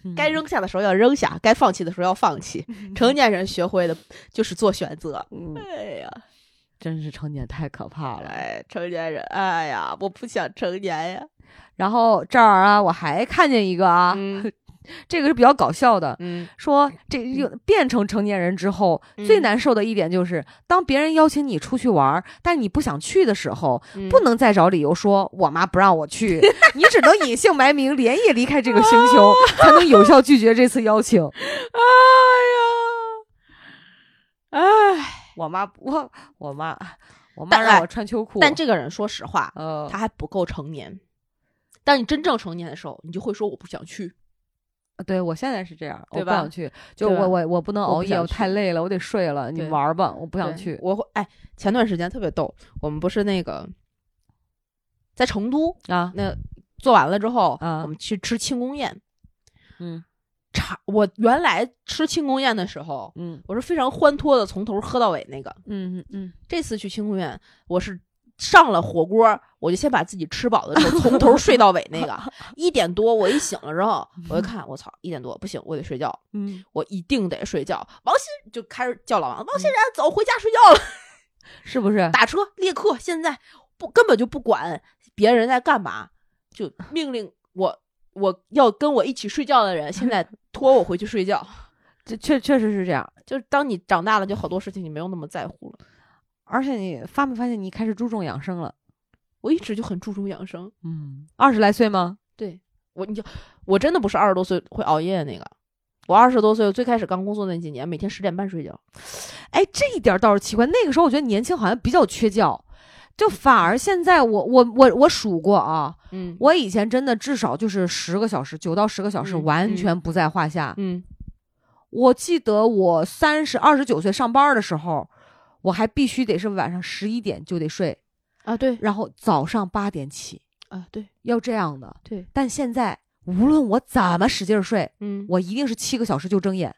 [SPEAKER 1] 嗯
[SPEAKER 2] 该扔下的时候要扔下，该放弃的时候要放 弃。成年人学会的就是做选择。
[SPEAKER 1] 嗯
[SPEAKER 2] 哎呀，
[SPEAKER 1] 真是成年太可怕了。
[SPEAKER 2] 哎，成年人，哎呀，我不想成年呀。
[SPEAKER 1] 然后这儿啊，我还看见一个啊，
[SPEAKER 2] 嗯
[SPEAKER 1] 这个是比较搞笑的，
[SPEAKER 2] 嗯，
[SPEAKER 1] 说这又变成成年人之后，最
[SPEAKER 2] 嗯
[SPEAKER 1] 难受的一点就是，当别人邀请你出去玩儿，但你不想去的时候，不
[SPEAKER 2] 能
[SPEAKER 1] 能再找理由说“我妈不让我 去”，你只能隐姓埋名，连夜离开这个星
[SPEAKER 2] 哦
[SPEAKER 1] 球，才能有效拒绝这次邀请。
[SPEAKER 2] 哎呀，哎，
[SPEAKER 1] 我妈不，我我妈，我妈
[SPEAKER 2] 但
[SPEAKER 1] 让
[SPEAKER 2] 哎
[SPEAKER 1] 我穿秋裤，
[SPEAKER 2] 但这个人说实话，
[SPEAKER 1] 呃
[SPEAKER 2] 他，还不够成年。当你真正成年的时候，你就会说我不想去。
[SPEAKER 1] 对我现在是这样，我
[SPEAKER 2] 对
[SPEAKER 1] 不
[SPEAKER 2] 吧
[SPEAKER 1] 想去，就
[SPEAKER 2] 对吧
[SPEAKER 1] 我我我不能
[SPEAKER 2] 我不
[SPEAKER 1] 熬夜，
[SPEAKER 2] 想
[SPEAKER 1] 我太
[SPEAKER 2] 去
[SPEAKER 1] 累了，我得睡了，你
[SPEAKER 2] 对
[SPEAKER 1] 玩儿吧，我不想
[SPEAKER 2] 对
[SPEAKER 1] 去
[SPEAKER 2] 我会哎，前段时间特别逗，我们不是那个在成都
[SPEAKER 1] 啊，
[SPEAKER 2] 那做完了之后，
[SPEAKER 1] 啊
[SPEAKER 2] 我们去吃庆功宴。
[SPEAKER 1] 嗯
[SPEAKER 2] 茶，我原来吃庆功宴的时候，
[SPEAKER 1] 嗯
[SPEAKER 2] 我是非常欢脱的，从头喝到尾那个。
[SPEAKER 1] 嗯嗯
[SPEAKER 2] 这次去庆功宴，我是上了火锅，我就先把自己吃饱的时候，从头睡到尾 那个。一点多我一醒了之后，我就看，我操，一点多不行，我得睡觉，
[SPEAKER 1] 嗯，
[SPEAKER 2] 我一定得睡觉。王鑫就开始叫老王，王鑫然走回家睡觉了，
[SPEAKER 1] 是不是？
[SPEAKER 2] 打车列克，现在不根本就不管别人在干嘛，就命令我。我要跟我一起睡觉的人，现在拖我回去睡觉。
[SPEAKER 1] 这确确实是这样。
[SPEAKER 2] 就是当你长大了，就好多事情你没有那么在乎了。
[SPEAKER 1] 而且你发没发现你开始注重养生了？
[SPEAKER 2] 我一直就很注重养生，
[SPEAKER 1] 嗯，二十来岁吗？
[SPEAKER 2] 对我，你就我真的不是二十多岁会熬夜的那个。我二十多岁，最开始刚工作那几年，每天十点半睡觉。
[SPEAKER 1] 哎，这一点倒是奇怪。那个时候我觉得年轻好像比较缺觉，就反而现在我我我我数过啊，
[SPEAKER 2] 嗯
[SPEAKER 1] 我以前真的至少就是十个小时，九到十个小时
[SPEAKER 2] 嗯
[SPEAKER 1] 完
[SPEAKER 2] 嗯
[SPEAKER 1] 全不在话下。
[SPEAKER 2] 嗯，
[SPEAKER 1] 我记得我三十二十九岁上班的时候，我还必须得是晚上十一点就得睡，
[SPEAKER 2] 啊对
[SPEAKER 1] 然后早上八点起，
[SPEAKER 2] 啊对
[SPEAKER 1] 要这样的。
[SPEAKER 2] 对，
[SPEAKER 1] 但现在无论我怎么使劲儿睡，
[SPEAKER 2] 嗯
[SPEAKER 1] 我一定是七个小时就睁眼。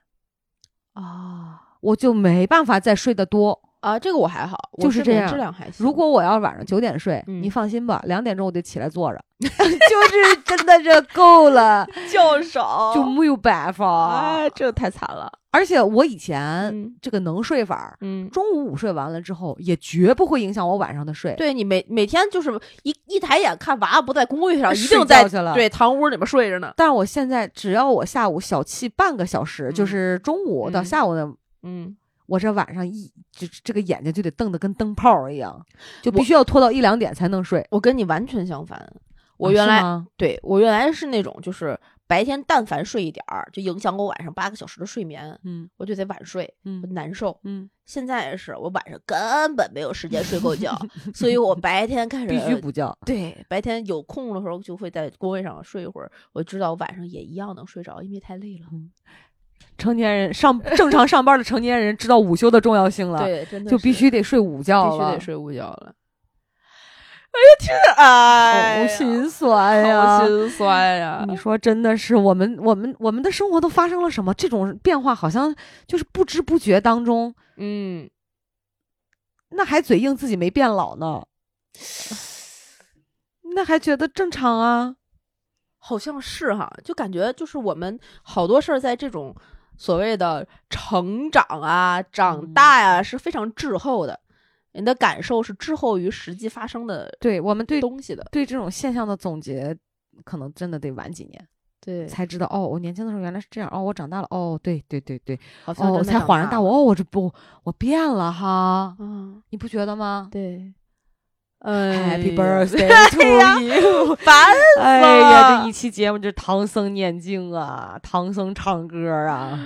[SPEAKER 2] 啊
[SPEAKER 1] 我就没办法再睡得多。
[SPEAKER 2] 啊，这个我还好，我
[SPEAKER 1] 就是
[SPEAKER 2] 睡
[SPEAKER 1] 这
[SPEAKER 2] 眠
[SPEAKER 1] 样
[SPEAKER 2] 质量还行。
[SPEAKER 1] 如 果我要晚上九点睡，
[SPEAKER 2] 嗯
[SPEAKER 1] 你放心吧，两点钟我就起来坐 着，就是真的这够了，
[SPEAKER 2] 较少
[SPEAKER 1] 就啊没有办法。
[SPEAKER 2] 哦哎，这个太惨了。
[SPEAKER 1] 而且我以前
[SPEAKER 2] 嗯
[SPEAKER 1] 这个能睡法儿，
[SPEAKER 2] 嗯，
[SPEAKER 1] 中午午睡完了之后，也绝不会影响我晚上的睡。
[SPEAKER 2] 对你每每天就是一一抬眼看娃不在公寓上，
[SPEAKER 1] 呃
[SPEAKER 2] 一
[SPEAKER 1] 睡
[SPEAKER 2] 定在
[SPEAKER 1] 觉去了
[SPEAKER 2] 对堂屋里面睡着呢。
[SPEAKER 1] 但是我现在只要我下午小憩半个小时，
[SPEAKER 2] 嗯
[SPEAKER 1] 就是中午到
[SPEAKER 2] 嗯
[SPEAKER 1] 下午呢，
[SPEAKER 2] 嗯，
[SPEAKER 1] 我这晚上一就这个眼睛就得瞪得跟灯泡儿一样，就必
[SPEAKER 2] 我
[SPEAKER 1] 须要拖到一两点才能睡。
[SPEAKER 2] 我跟你完全相反，我
[SPEAKER 1] 啊
[SPEAKER 2] 原
[SPEAKER 1] 是
[SPEAKER 2] 来、
[SPEAKER 1] 吗
[SPEAKER 2] 对我原来是那种就是白天但凡睡一点儿，就影响我晚上八个小时的睡眠，
[SPEAKER 1] 嗯
[SPEAKER 2] 我就得晚睡，我
[SPEAKER 1] 嗯
[SPEAKER 2] 难受。
[SPEAKER 1] 嗯，
[SPEAKER 2] 现在是我晚上根本没有时间睡 够觉，所以我白天开始
[SPEAKER 1] 必须补觉。
[SPEAKER 2] 对白天有空的时候就会在工位上睡一会儿，我知道晚上也一样能睡着，因为太累了。
[SPEAKER 1] 成年人上正常上班的成年人知道午休的重要性了，
[SPEAKER 2] 对，真的
[SPEAKER 1] 就必
[SPEAKER 2] 是
[SPEAKER 1] 须得睡午觉
[SPEAKER 2] 必须
[SPEAKER 1] 了
[SPEAKER 2] 得睡午觉了。哎呀，听着，哎
[SPEAKER 1] 好
[SPEAKER 2] 呀，
[SPEAKER 1] 心酸呀！
[SPEAKER 2] 好心酸呀！
[SPEAKER 1] 你说真的是我们我们我们的生活都发生了什么？这种变化好像就是不知不觉当中，
[SPEAKER 2] 嗯，
[SPEAKER 1] 那还嘴硬自己没变老呢，那还觉得正常啊？
[SPEAKER 2] 好像是哈，就感觉就是我们好多事儿在这种所谓的成长啊、长大呀、
[SPEAKER 1] 嗯
[SPEAKER 2] 是非常滞后的，你的感受是滞后于实际发生的
[SPEAKER 1] 对我们对
[SPEAKER 2] 东西的。
[SPEAKER 1] 对这种现象的总结，可能真的得晚几年
[SPEAKER 2] 对，
[SPEAKER 1] 才知道。哦，我年轻的时候原来是这样。哦，我长大了。哦，对对对对。
[SPEAKER 2] 好像
[SPEAKER 1] 哦，我
[SPEAKER 2] 真的
[SPEAKER 1] 才
[SPEAKER 2] 长
[SPEAKER 1] 恍然大
[SPEAKER 2] 了
[SPEAKER 1] 悟。。哦，我这不，我变了哈，
[SPEAKER 2] 嗯，
[SPEAKER 1] 你不觉得吗
[SPEAKER 2] 对。呃
[SPEAKER 1] ？Happy birthday to you！
[SPEAKER 2] 烦
[SPEAKER 1] 哎
[SPEAKER 2] 呀
[SPEAKER 1] 呀，这一期节目就是唐僧念经啊，唐僧唱歌啊。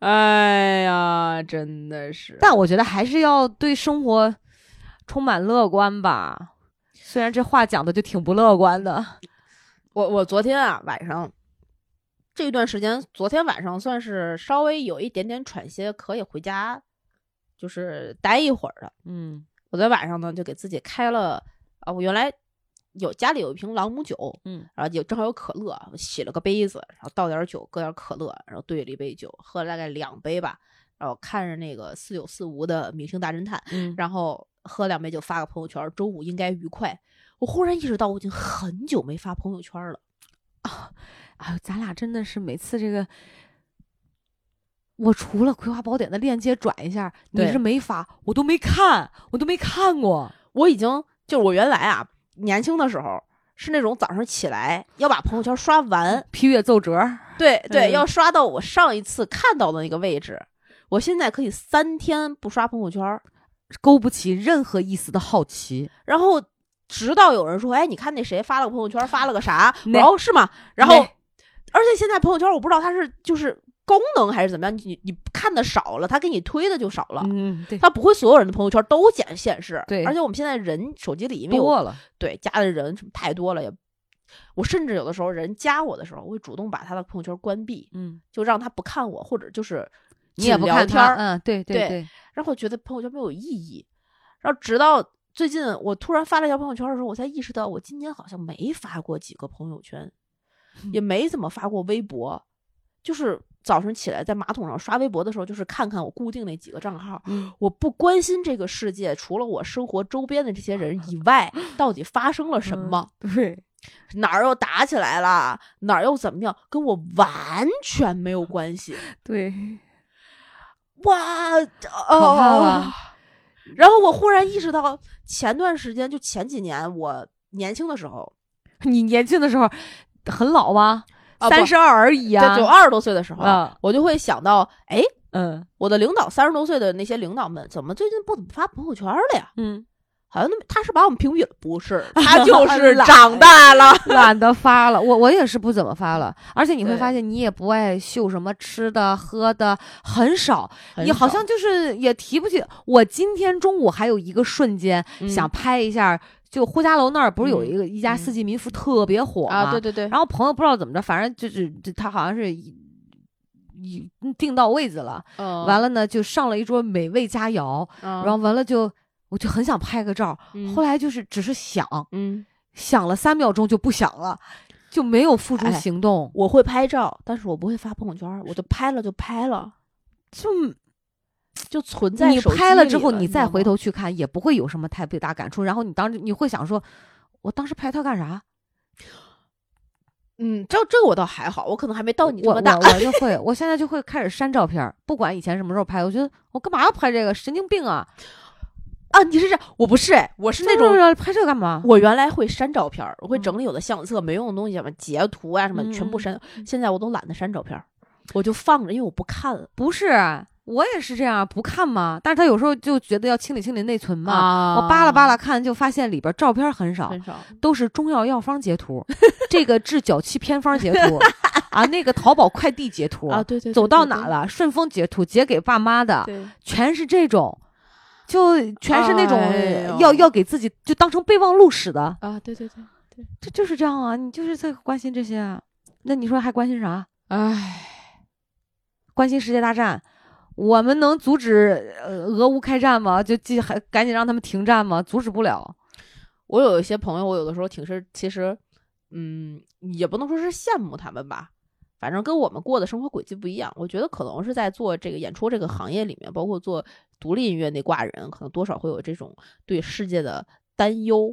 [SPEAKER 2] 哎呀，真的是。
[SPEAKER 1] 但我觉得还是要对生活充满乐观吧。虽然这话讲的就挺不乐观的，
[SPEAKER 2] 我我昨天啊晚上这段时间，昨天晚上算是稍微有一点点喘息，可以回家就是待一会儿了。
[SPEAKER 1] 嗯
[SPEAKER 2] 我在晚上呢就给自己开了啊，我原来有家里有一瓶朗姆酒，
[SPEAKER 1] 嗯，
[SPEAKER 2] 然后有正好有可乐，我洗了个杯子，然后倒点儿酒，搁点儿可乐，然后兑了一杯酒，喝了大概两杯吧。然后看着那个四九四无的《明星大侦探》，
[SPEAKER 1] 嗯
[SPEAKER 2] 然后喝两杯酒发个朋友圈儿，周五应该愉快。我忽然意识到，我已经很久没发朋友圈儿了。
[SPEAKER 1] 哎呦，咱俩真的是每次这个，我除了《葵花宝典》的链接转一下，你
[SPEAKER 2] 对
[SPEAKER 1] 是没发，我都没看，我都没看过。
[SPEAKER 2] 我已经就是我原来啊，年轻的时候是那种早上起来要把朋友圈刷完，
[SPEAKER 1] 批阅奏折，
[SPEAKER 2] 对对，
[SPEAKER 1] 嗯
[SPEAKER 2] 要刷到我上一次看到的那个位置。我现在可以三天不刷朋友圈儿，
[SPEAKER 1] 勾不起任何一丝的好奇。
[SPEAKER 2] 然后直到有人说：“哎，你看那谁发了个朋友圈，发了个啥？”
[SPEAKER 1] 那
[SPEAKER 2] 然后是吗？然后
[SPEAKER 1] 那
[SPEAKER 2] 而且现在朋友圈我不知道它是就是功能还是怎么样，你你看的少了，它给你推的就少了。
[SPEAKER 1] 嗯，对，
[SPEAKER 2] 它不会所有人的朋友圈都显显示，
[SPEAKER 1] 对
[SPEAKER 2] 而且我们现在人手机里因为有
[SPEAKER 1] 多了，
[SPEAKER 2] 对加的人什么太多了，也我甚至有的时候人加我的时候，我会主动把他的朋友圈关闭，
[SPEAKER 1] 嗯，
[SPEAKER 2] 就让他不看我，或者就是
[SPEAKER 1] 你也
[SPEAKER 2] 仅
[SPEAKER 1] 不
[SPEAKER 2] 聊
[SPEAKER 1] 看
[SPEAKER 2] 天
[SPEAKER 1] 他，
[SPEAKER 2] 儿，
[SPEAKER 1] 嗯，对
[SPEAKER 2] 对
[SPEAKER 1] 对，
[SPEAKER 2] 然后我觉得朋友圈没有意义。然后直到最近，我突然发了一条朋友圈的时候，我才意识到我今年好像没发过几个朋友圈，
[SPEAKER 1] 嗯
[SPEAKER 2] 也没怎么发过微博，就是早晨起来在马桶上刷微博的时候，就是看看我固定那几个账号。
[SPEAKER 1] 嗯
[SPEAKER 2] 我不关心这个世界，除了我生活周边的这些人以外，到底发生了什
[SPEAKER 1] 嗯
[SPEAKER 2] 么？
[SPEAKER 1] 对，
[SPEAKER 2] 哪儿又打起来了，哪儿又怎么样，跟我完全没有关系。
[SPEAKER 1] 对，
[SPEAKER 2] 哇，
[SPEAKER 1] 可怕
[SPEAKER 2] 哦
[SPEAKER 1] 吧，
[SPEAKER 2] 然后我忽然意识到，前段时间就前几年我年轻的时候，
[SPEAKER 1] 你年轻的时候很老吗？
[SPEAKER 2] 啊
[SPEAKER 1] 三十二而已
[SPEAKER 2] 对，
[SPEAKER 1] 啊，
[SPEAKER 2] 就二十多岁的时候，
[SPEAKER 1] 啊，
[SPEAKER 2] 我就会想到，哎，
[SPEAKER 1] 嗯
[SPEAKER 2] 我的领导三十多岁的那些领导们，怎么最近不怎么发朋友圈了呀？
[SPEAKER 1] 嗯，
[SPEAKER 2] 好像那么他是把我们屏蔽了，不 是， 他就是
[SPEAKER 1] 懒
[SPEAKER 2] 长大了。
[SPEAKER 1] 懒得发了，我我也是不怎么发了，而且你会
[SPEAKER 2] 对
[SPEAKER 1] 发现你也不爱秀什么吃的喝的，很少，你
[SPEAKER 2] 很
[SPEAKER 1] 好
[SPEAKER 2] 少
[SPEAKER 1] 像就是也提不起。我今天中午还有一个瞬间、
[SPEAKER 2] 嗯
[SPEAKER 1] 想拍一下，就呼家楼那儿不是有
[SPEAKER 2] 嗯
[SPEAKER 1] 一个、一家
[SPEAKER 2] 嗯
[SPEAKER 1] 四季民福特别火嘛、
[SPEAKER 2] 啊，对对对，
[SPEAKER 1] 然后朋友不知道怎么着，反正就是就他好像是一一订到位子了，完
[SPEAKER 2] 完，
[SPEAKER 1] 了呢就上了一桌美味佳肴，
[SPEAKER 2] 然
[SPEAKER 1] 然后完了就我就很想拍个照，后
[SPEAKER 2] 来，
[SPEAKER 1] 来就是只是想。
[SPEAKER 2] 嗯，
[SPEAKER 1] 想了三秒钟就不想了，就没有付诸
[SPEAKER 2] 哎
[SPEAKER 1] 行动，
[SPEAKER 2] 我会拍照，但是我不会发朋友圈，我就拍了就拍了，
[SPEAKER 1] 就
[SPEAKER 2] 就存在
[SPEAKER 1] 你
[SPEAKER 2] 手机
[SPEAKER 1] 拍了之
[SPEAKER 2] 里
[SPEAKER 1] 后，
[SPEAKER 2] 了
[SPEAKER 1] 你
[SPEAKER 2] 知
[SPEAKER 1] 再
[SPEAKER 2] 道
[SPEAKER 1] 回
[SPEAKER 2] 吗
[SPEAKER 1] 头去看，也不会有什么太大感触。然后你当时你会想说，我当时拍它干啥？
[SPEAKER 2] 嗯，这这个我倒还好，我可能还没到哦你这
[SPEAKER 1] 我
[SPEAKER 2] 么大
[SPEAKER 1] 我。我就会，我现在就会开始删照片儿，不管以前什么时候拍，我觉得我干嘛要拍这个？神经病啊！
[SPEAKER 2] 啊，你是这样，我不是哎，我是那种，
[SPEAKER 1] 要拍这个干嘛？
[SPEAKER 2] 我原来会删照片儿，我会
[SPEAKER 1] 嗯
[SPEAKER 2] 整理我的相册，没用的东西什么截图啊什么，全部
[SPEAKER 1] 嗯
[SPEAKER 2] 删。现在我都懒得删照片儿，我就放着，因为我不看了
[SPEAKER 1] 不是，我也是这样，不看嘛。但是他有时候就觉得要清理清理内存嘛。
[SPEAKER 2] 啊
[SPEAKER 1] 我扒拉扒拉看，就发现里边照片很少，
[SPEAKER 2] 很少。
[SPEAKER 1] 都是中药药方截图， 这个治脚气偏方截 图啊，那个淘宝快递截图
[SPEAKER 2] 啊，对对，
[SPEAKER 1] 走
[SPEAKER 2] 对
[SPEAKER 1] 到
[SPEAKER 2] 对
[SPEAKER 1] 哪了顺丰截图，截给爸妈的，
[SPEAKER 2] 对，
[SPEAKER 1] 全是这种，就全是那种、
[SPEAKER 2] 哎呦
[SPEAKER 1] 要要给自己就当成备忘录使的，
[SPEAKER 2] 啊，对对对，
[SPEAKER 1] 这就是这样啊，你就是在关心这些啊，那你说还关心啥？
[SPEAKER 2] 唉，
[SPEAKER 1] 关心世界大战。我们能阻止呃俄乌开战吗？就就还赶紧让他们停战吗？阻止不了。
[SPEAKER 2] 我有一些朋友，我有的时候挺是，其实，嗯，也不能说是羡慕他们吧，反正跟我们过的生活轨迹不一样。我觉得可能是在做这个演出这个行业里面，包括做独立音乐那挂人，可能多少会有这种对世界的担忧，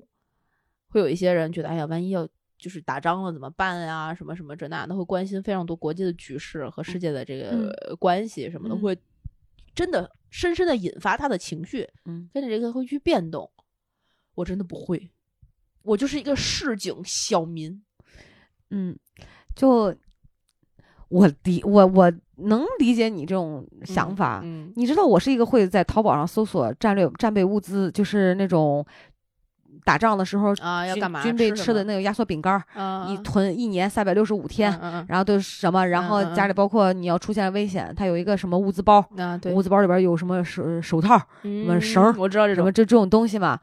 [SPEAKER 2] 会有一些人觉得，哎呀，万一要就是打仗了怎么办呀、什么什么这那的，会关心非常多国际的局势和世界的这
[SPEAKER 1] 嗯
[SPEAKER 2] 个关系什么的，
[SPEAKER 1] 嗯
[SPEAKER 2] 会真的深深的引发他的情绪，
[SPEAKER 1] 嗯
[SPEAKER 2] 跟着这个会去变动。我真的不会，我就是一个市井小民。
[SPEAKER 1] 嗯，就我理我我能理解你这种想法。
[SPEAKER 2] 嗯，
[SPEAKER 1] 你知道我是一个会在淘宝上搜索战略战备物资，就是那种打仗的时候
[SPEAKER 2] 啊，要
[SPEAKER 1] 军
[SPEAKER 2] 干嘛？
[SPEAKER 1] 军备
[SPEAKER 2] 什
[SPEAKER 1] 吃的
[SPEAKER 2] 么
[SPEAKER 1] 那个压缩饼干儿，
[SPEAKER 2] 啊，
[SPEAKER 1] 你囤一年三百六十五天，
[SPEAKER 2] 嗯，
[SPEAKER 1] 然后都是什么，然后
[SPEAKER 2] 嗯嗯
[SPEAKER 1] 家里包括你要出现危险，它有一个什么物资包，
[SPEAKER 2] 嗯啊，对，
[SPEAKER 1] 物资包里边有什么手手套，
[SPEAKER 2] 什
[SPEAKER 1] 么绳儿
[SPEAKER 2] 嗯我知道这
[SPEAKER 1] 什
[SPEAKER 2] 种
[SPEAKER 1] 么，这这种东西嘛。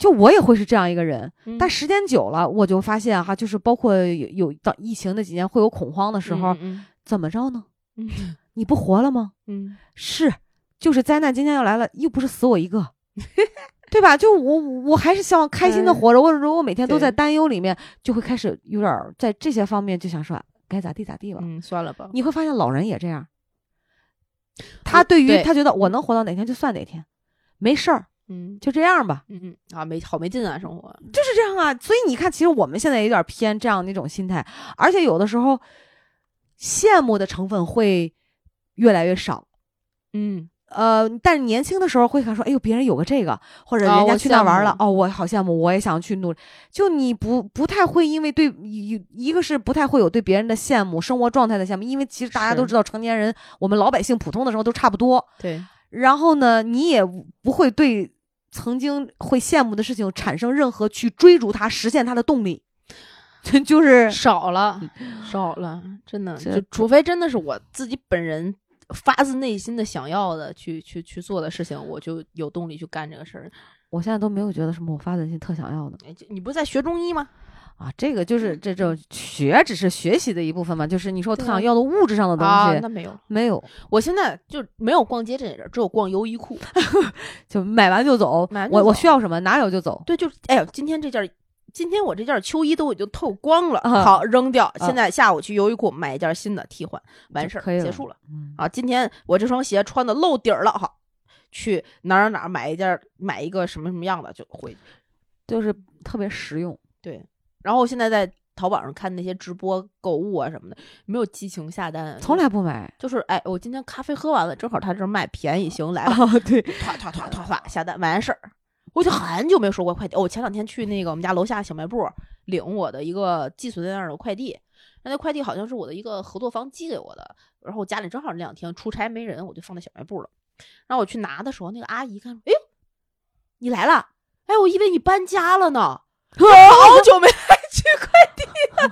[SPEAKER 1] 就我也会是这样一个人，
[SPEAKER 2] 嗯
[SPEAKER 1] 但时间久了，我就发现哈，就是包括有有到疫情那几年会有恐慌的时候，
[SPEAKER 2] 嗯
[SPEAKER 1] 怎么着呢？
[SPEAKER 2] 嗯嗯
[SPEAKER 1] 你不活了吗？
[SPEAKER 2] 嗯
[SPEAKER 1] 是，就是灾难今天要来了，又不是死我一 个，对吧？就我我还是希望开心的
[SPEAKER 2] 嗯
[SPEAKER 1] 活着。我如果每天都在
[SPEAKER 2] 对
[SPEAKER 1] 担忧里面，就会开始有点儿在这些方面就想说该咋地咋地吧。
[SPEAKER 2] 嗯，算了吧。
[SPEAKER 1] 你会发现老人也这样，他对
[SPEAKER 2] 对
[SPEAKER 1] 于他觉得我能活到哪天就算哪天，没事儿
[SPEAKER 2] 嗯
[SPEAKER 1] 就这样吧，
[SPEAKER 2] 嗯嗯啊，没好没劲啊，生活。
[SPEAKER 1] 就是这样啊。所以你看，其实我们现在有点偏这样的一种心态，而且有的时候羡慕的成分会越来越少。
[SPEAKER 2] 嗯
[SPEAKER 1] 呃，但是年轻的时候会看说，哎呦，别人有个这个，或者
[SPEAKER 2] 哦
[SPEAKER 1] 人家
[SPEAKER 2] 我
[SPEAKER 1] 去那
[SPEAKER 2] 羡
[SPEAKER 1] 玩了
[SPEAKER 2] 慕，
[SPEAKER 1] 哦，我好羡慕，我也想去努力。就你不不太会因为对一一个是不太会有对别人的羡慕，生活状态的羡慕，因为其实大家都
[SPEAKER 2] 是
[SPEAKER 1] 知道，成年人我们老百姓普通的时候都差不多。
[SPEAKER 2] 对，
[SPEAKER 1] 然后呢，你也不会对曾经会羡慕的事情产生任何去追逐它、实现它的动力， 就是
[SPEAKER 2] 少了少了，真的
[SPEAKER 1] 这
[SPEAKER 2] 就除非真的是我自己本人。发自内心的想要的去去去做的事情，我就有动力去干这个事儿。
[SPEAKER 1] 我现在都没有觉得什么我发自内心特想要的。
[SPEAKER 2] 哎这你不是在学中医吗？
[SPEAKER 1] 啊，这个就是这种学只是学习的一部分嘛，就是你说我特
[SPEAKER 2] 对啊
[SPEAKER 1] 想要的物质上的东
[SPEAKER 2] 啊，
[SPEAKER 1] 西、
[SPEAKER 2] 那没有，
[SPEAKER 1] 没有，
[SPEAKER 2] 我现在就没有逛街这件事儿，只有逛优衣库。
[SPEAKER 1] 就买完就走。
[SPEAKER 2] 买完就
[SPEAKER 1] 我我
[SPEAKER 2] 走
[SPEAKER 1] 需要什么拿有就走。
[SPEAKER 2] 对，就是哎呀，今天这件儿，今天我这件儿秋衣都已经透光了，
[SPEAKER 1] 啊
[SPEAKER 2] 好扔掉。现
[SPEAKER 1] 啊
[SPEAKER 2] 在下午去优衣库买一件新的替换，完
[SPEAKER 1] 就
[SPEAKER 2] 事儿
[SPEAKER 1] 可以
[SPEAKER 2] 结
[SPEAKER 1] 了
[SPEAKER 2] 束了。
[SPEAKER 1] 嗯
[SPEAKER 2] 啊，今天我这双鞋穿的露底儿了，好，去哪儿哪儿哪儿买一件儿，买一个什么什么样的就回去。
[SPEAKER 1] 就是特别实用。
[SPEAKER 2] 然后现在在淘宝上看那些直播购物啊什么的，没有激情下单，啊
[SPEAKER 1] 从来不买。
[SPEAKER 2] 就是哎，我今天咖啡喝完了，正好他这儿卖便宜，行来了，
[SPEAKER 1] 啊，对，
[SPEAKER 2] 唰唰唰唰唰下单完事儿。我就很久没有收过快递。哦，我前两天去那个我们家楼下小卖部领我的一个寄存在那儿的快递，那那快递好像是我的一个合作方寄给我的。然后我家里正好那两天出差没人，我就放在小卖部了。然后我去拿的时候，那个阿姨看说：“哎呦，你来了！哎，我以为你搬家了呢，好久没来去快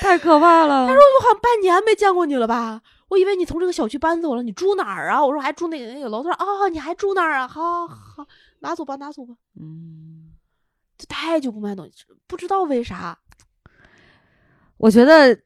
[SPEAKER 1] 太可怕了。
[SPEAKER 2] 我好像半年没见过你了吧？我以为你从这个小区搬走了，你住哪儿啊？我说还住那个那个楼。他说啊、你还住那儿啊？好好，拿走吧，拿走吧。
[SPEAKER 1] 嗯，
[SPEAKER 2] 这太久不买东西，不知道为啥。
[SPEAKER 1] 我觉得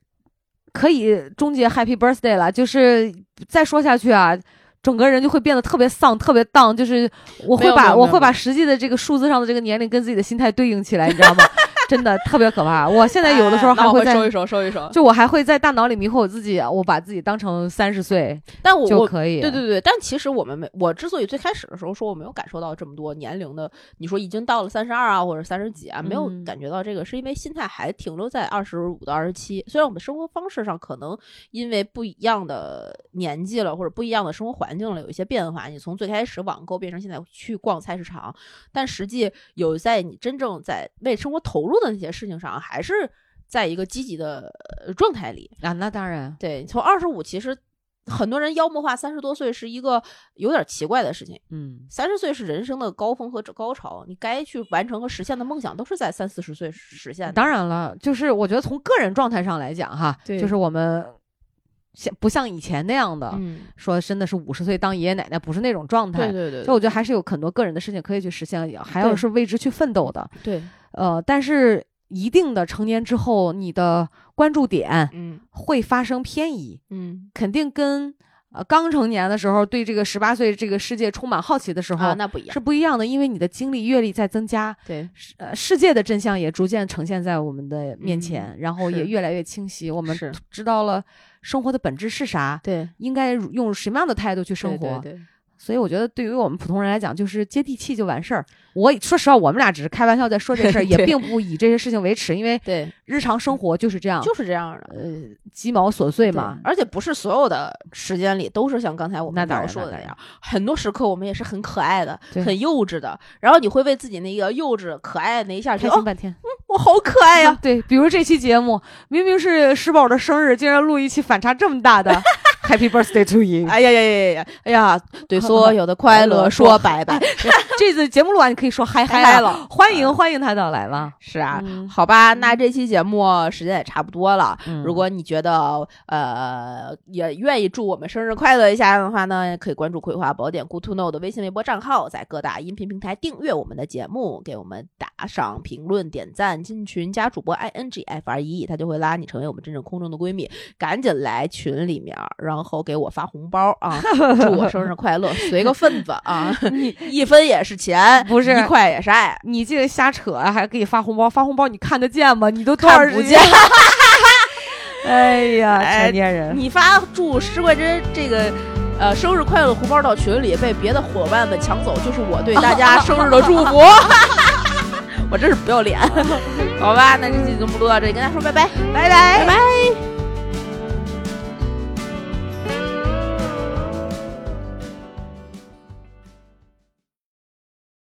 [SPEAKER 1] 可以终结 Happy Birthday 了。就是再说下去啊。整个人就会变得特别丧，特别荡，就是我
[SPEAKER 2] 没
[SPEAKER 1] 会
[SPEAKER 2] 有没
[SPEAKER 1] 把
[SPEAKER 2] 有
[SPEAKER 1] 我
[SPEAKER 2] 没有
[SPEAKER 1] 会
[SPEAKER 2] 没
[SPEAKER 1] 把
[SPEAKER 2] 有
[SPEAKER 1] 实际的这个数字上的这个年龄跟自己的心态对应起来，你知道吗？真的特别可怕。我现在有的时候
[SPEAKER 2] 哎那
[SPEAKER 1] 还
[SPEAKER 2] 我
[SPEAKER 1] 会在
[SPEAKER 2] 收，收一收。
[SPEAKER 1] 就我还会在大脑里迷惑我自己，我把自己当成三十岁
[SPEAKER 2] 但我
[SPEAKER 1] 就
[SPEAKER 2] 我
[SPEAKER 1] 可以。啊
[SPEAKER 2] 对对对，但其实我们没，我之所以最开始的时候说我没有感受到这么多年龄的，你说已经到了三十二啊或者三十几啊，没有
[SPEAKER 1] 嗯
[SPEAKER 2] 感觉到这个，是因为心态还停留在二十五到二十七。虽然我们生活方式上可能因为不一样的年纪了或者不一样的生活环境了有一些变化，你从最开始网购变成现在去逛菜市场，但实际有在你真正在为生活投入的那些事情上，还是在一个积极的呃状态里。
[SPEAKER 1] 啊，那当然，
[SPEAKER 2] 对，从二十五其实很多人妖魔化三十多岁是一个有点奇怪的事情。
[SPEAKER 1] 嗯，
[SPEAKER 2] 三十岁是人生的高峰和高潮，你该去完成和实现的梦想都是在三四十岁实现的。
[SPEAKER 1] 当，然了，就是我觉得从个人状态上来讲哈，
[SPEAKER 2] 对
[SPEAKER 1] 就是我们像不像以前那样的、
[SPEAKER 2] 嗯，
[SPEAKER 1] 说真的是五十岁当爷爷奶奶，不是那种状态。
[SPEAKER 2] 对对对，
[SPEAKER 1] 所以我觉得还是有很多个人的事情可以去实现，还要
[SPEAKER 2] 对
[SPEAKER 1] 是为之去奋斗的。
[SPEAKER 2] 对，
[SPEAKER 1] 呃，但是一定的成年之后，你的关注点
[SPEAKER 2] 嗯
[SPEAKER 1] 会发生偏移。
[SPEAKER 2] 嗯，
[SPEAKER 1] 肯定跟呃刚成年的时候对这个十八岁这个世界充满好奇的时候、
[SPEAKER 2] 啊，那不一样
[SPEAKER 1] 是，不一样的，因为你的经历阅历在增加，
[SPEAKER 2] 对，
[SPEAKER 1] 世呃，世界的真相也逐渐呈现在我们的面前，然后也
[SPEAKER 2] 嗯是
[SPEAKER 1] 越来越清晰，我们
[SPEAKER 2] 是
[SPEAKER 1] 知道了生活的本质是啥，
[SPEAKER 2] 对，
[SPEAKER 1] 应该如用什么样的态度去生活。
[SPEAKER 2] 对，
[SPEAKER 1] 所以我觉得对于我们普通人来讲，就是接地气就完事儿。我说实话，我们俩只是开玩笑在说这事儿，也
[SPEAKER 2] 对
[SPEAKER 1] 并不以这些事情为耻，因为
[SPEAKER 2] 对，
[SPEAKER 1] 日常生活就是这样，
[SPEAKER 2] 就是这样的。
[SPEAKER 1] 呃鸡毛琐碎嘛。
[SPEAKER 2] 而且不是所有的时间里都是像刚才我
[SPEAKER 1] 那
[SPEAKER 2] 们
[SPEAKER 1] 当
[SPEAKER 2] 描
[SPEAKER 1] 然
[SPEAKER 2] 述
[SPEAKER 1] 那
[SPEAKER 2] 的那
[SPEAKER 1] 当
[SPEAKER 2] 样，很多时刻我们也是很可爱的、
[SPEAKER 1] 对
[SPEAKER 2] 很幼稚的，然后你会为自己那个幼稚、可爱的那一下
[SPEAKER 1] 开
[SPEAKER 2] 觉得
[SPEAKER 1] 心
[SPEAKER 2] 哦，
[SPEAKER 1] 半天，
[SPEAKER 2] 我好可爱 呀、
[SPEAKER 1] 对，哎比如这期节目明明是石宝的生日，竟然录一期反差这么大的 Happy Birthday to you。
[SPEAKER 2] 哎呀呀呀呀！哎呀，对所有的快乐说拜拜。
[SPEAKER 1] 这次节目录完，你可以说嗨
[SPEAKER 2] 嗨
[SPEAKER 1] 嗨
[SPEAKER 2] 嗨了
[SPEAKER 1] 欢迎欢迎他到来吧。
[SPEAKER 2] 是啊，
[SPEAKER 1] 嗯
[SPEAKER 2] 好吧，那这期节目时间也差不多了。
[SPEAKER 1] 嗯
[SPEAKER 2] 如果你觉得呃也愿意祝我们生日快乐一下的话呢，可以关注《葵花宝典 Good to Know》的微信、微博账号，在各大音频平台订阅我们的节目，给我们打赏、评论、点赞，进群加主播 i n g f r e，他就会拉你成为我们真正空中的闺蜜。赶紧来群里面，然后给我发红包 啊！祝我生日快乐，随个份子啊！一分也是钱，
[SPEAKER 1] 不是
[SPEAKER 2] 一块也是爱，
[SPEAKER 1] 你这个瞎扯，啊还给你发红包，发红包你看得见吗？你都多少
[SPEAKER 2] 看不
[SPEAKER 1] 人
[SPEAKER 2] 见。
[SPEAKER 1] 哎呀，
[SPEAKER 2] 哎
[SPEAKER 1] 成年人，
[SPEAKER 2] 你发祝施冠珍这个呃生日快乐红包到群里被别的伙伴们抢走，就是我对大家生日的祝福。 我真是不要脸，好吧？那这期节目就录到这里，跟大家说拜拜，拜拜，拜拜。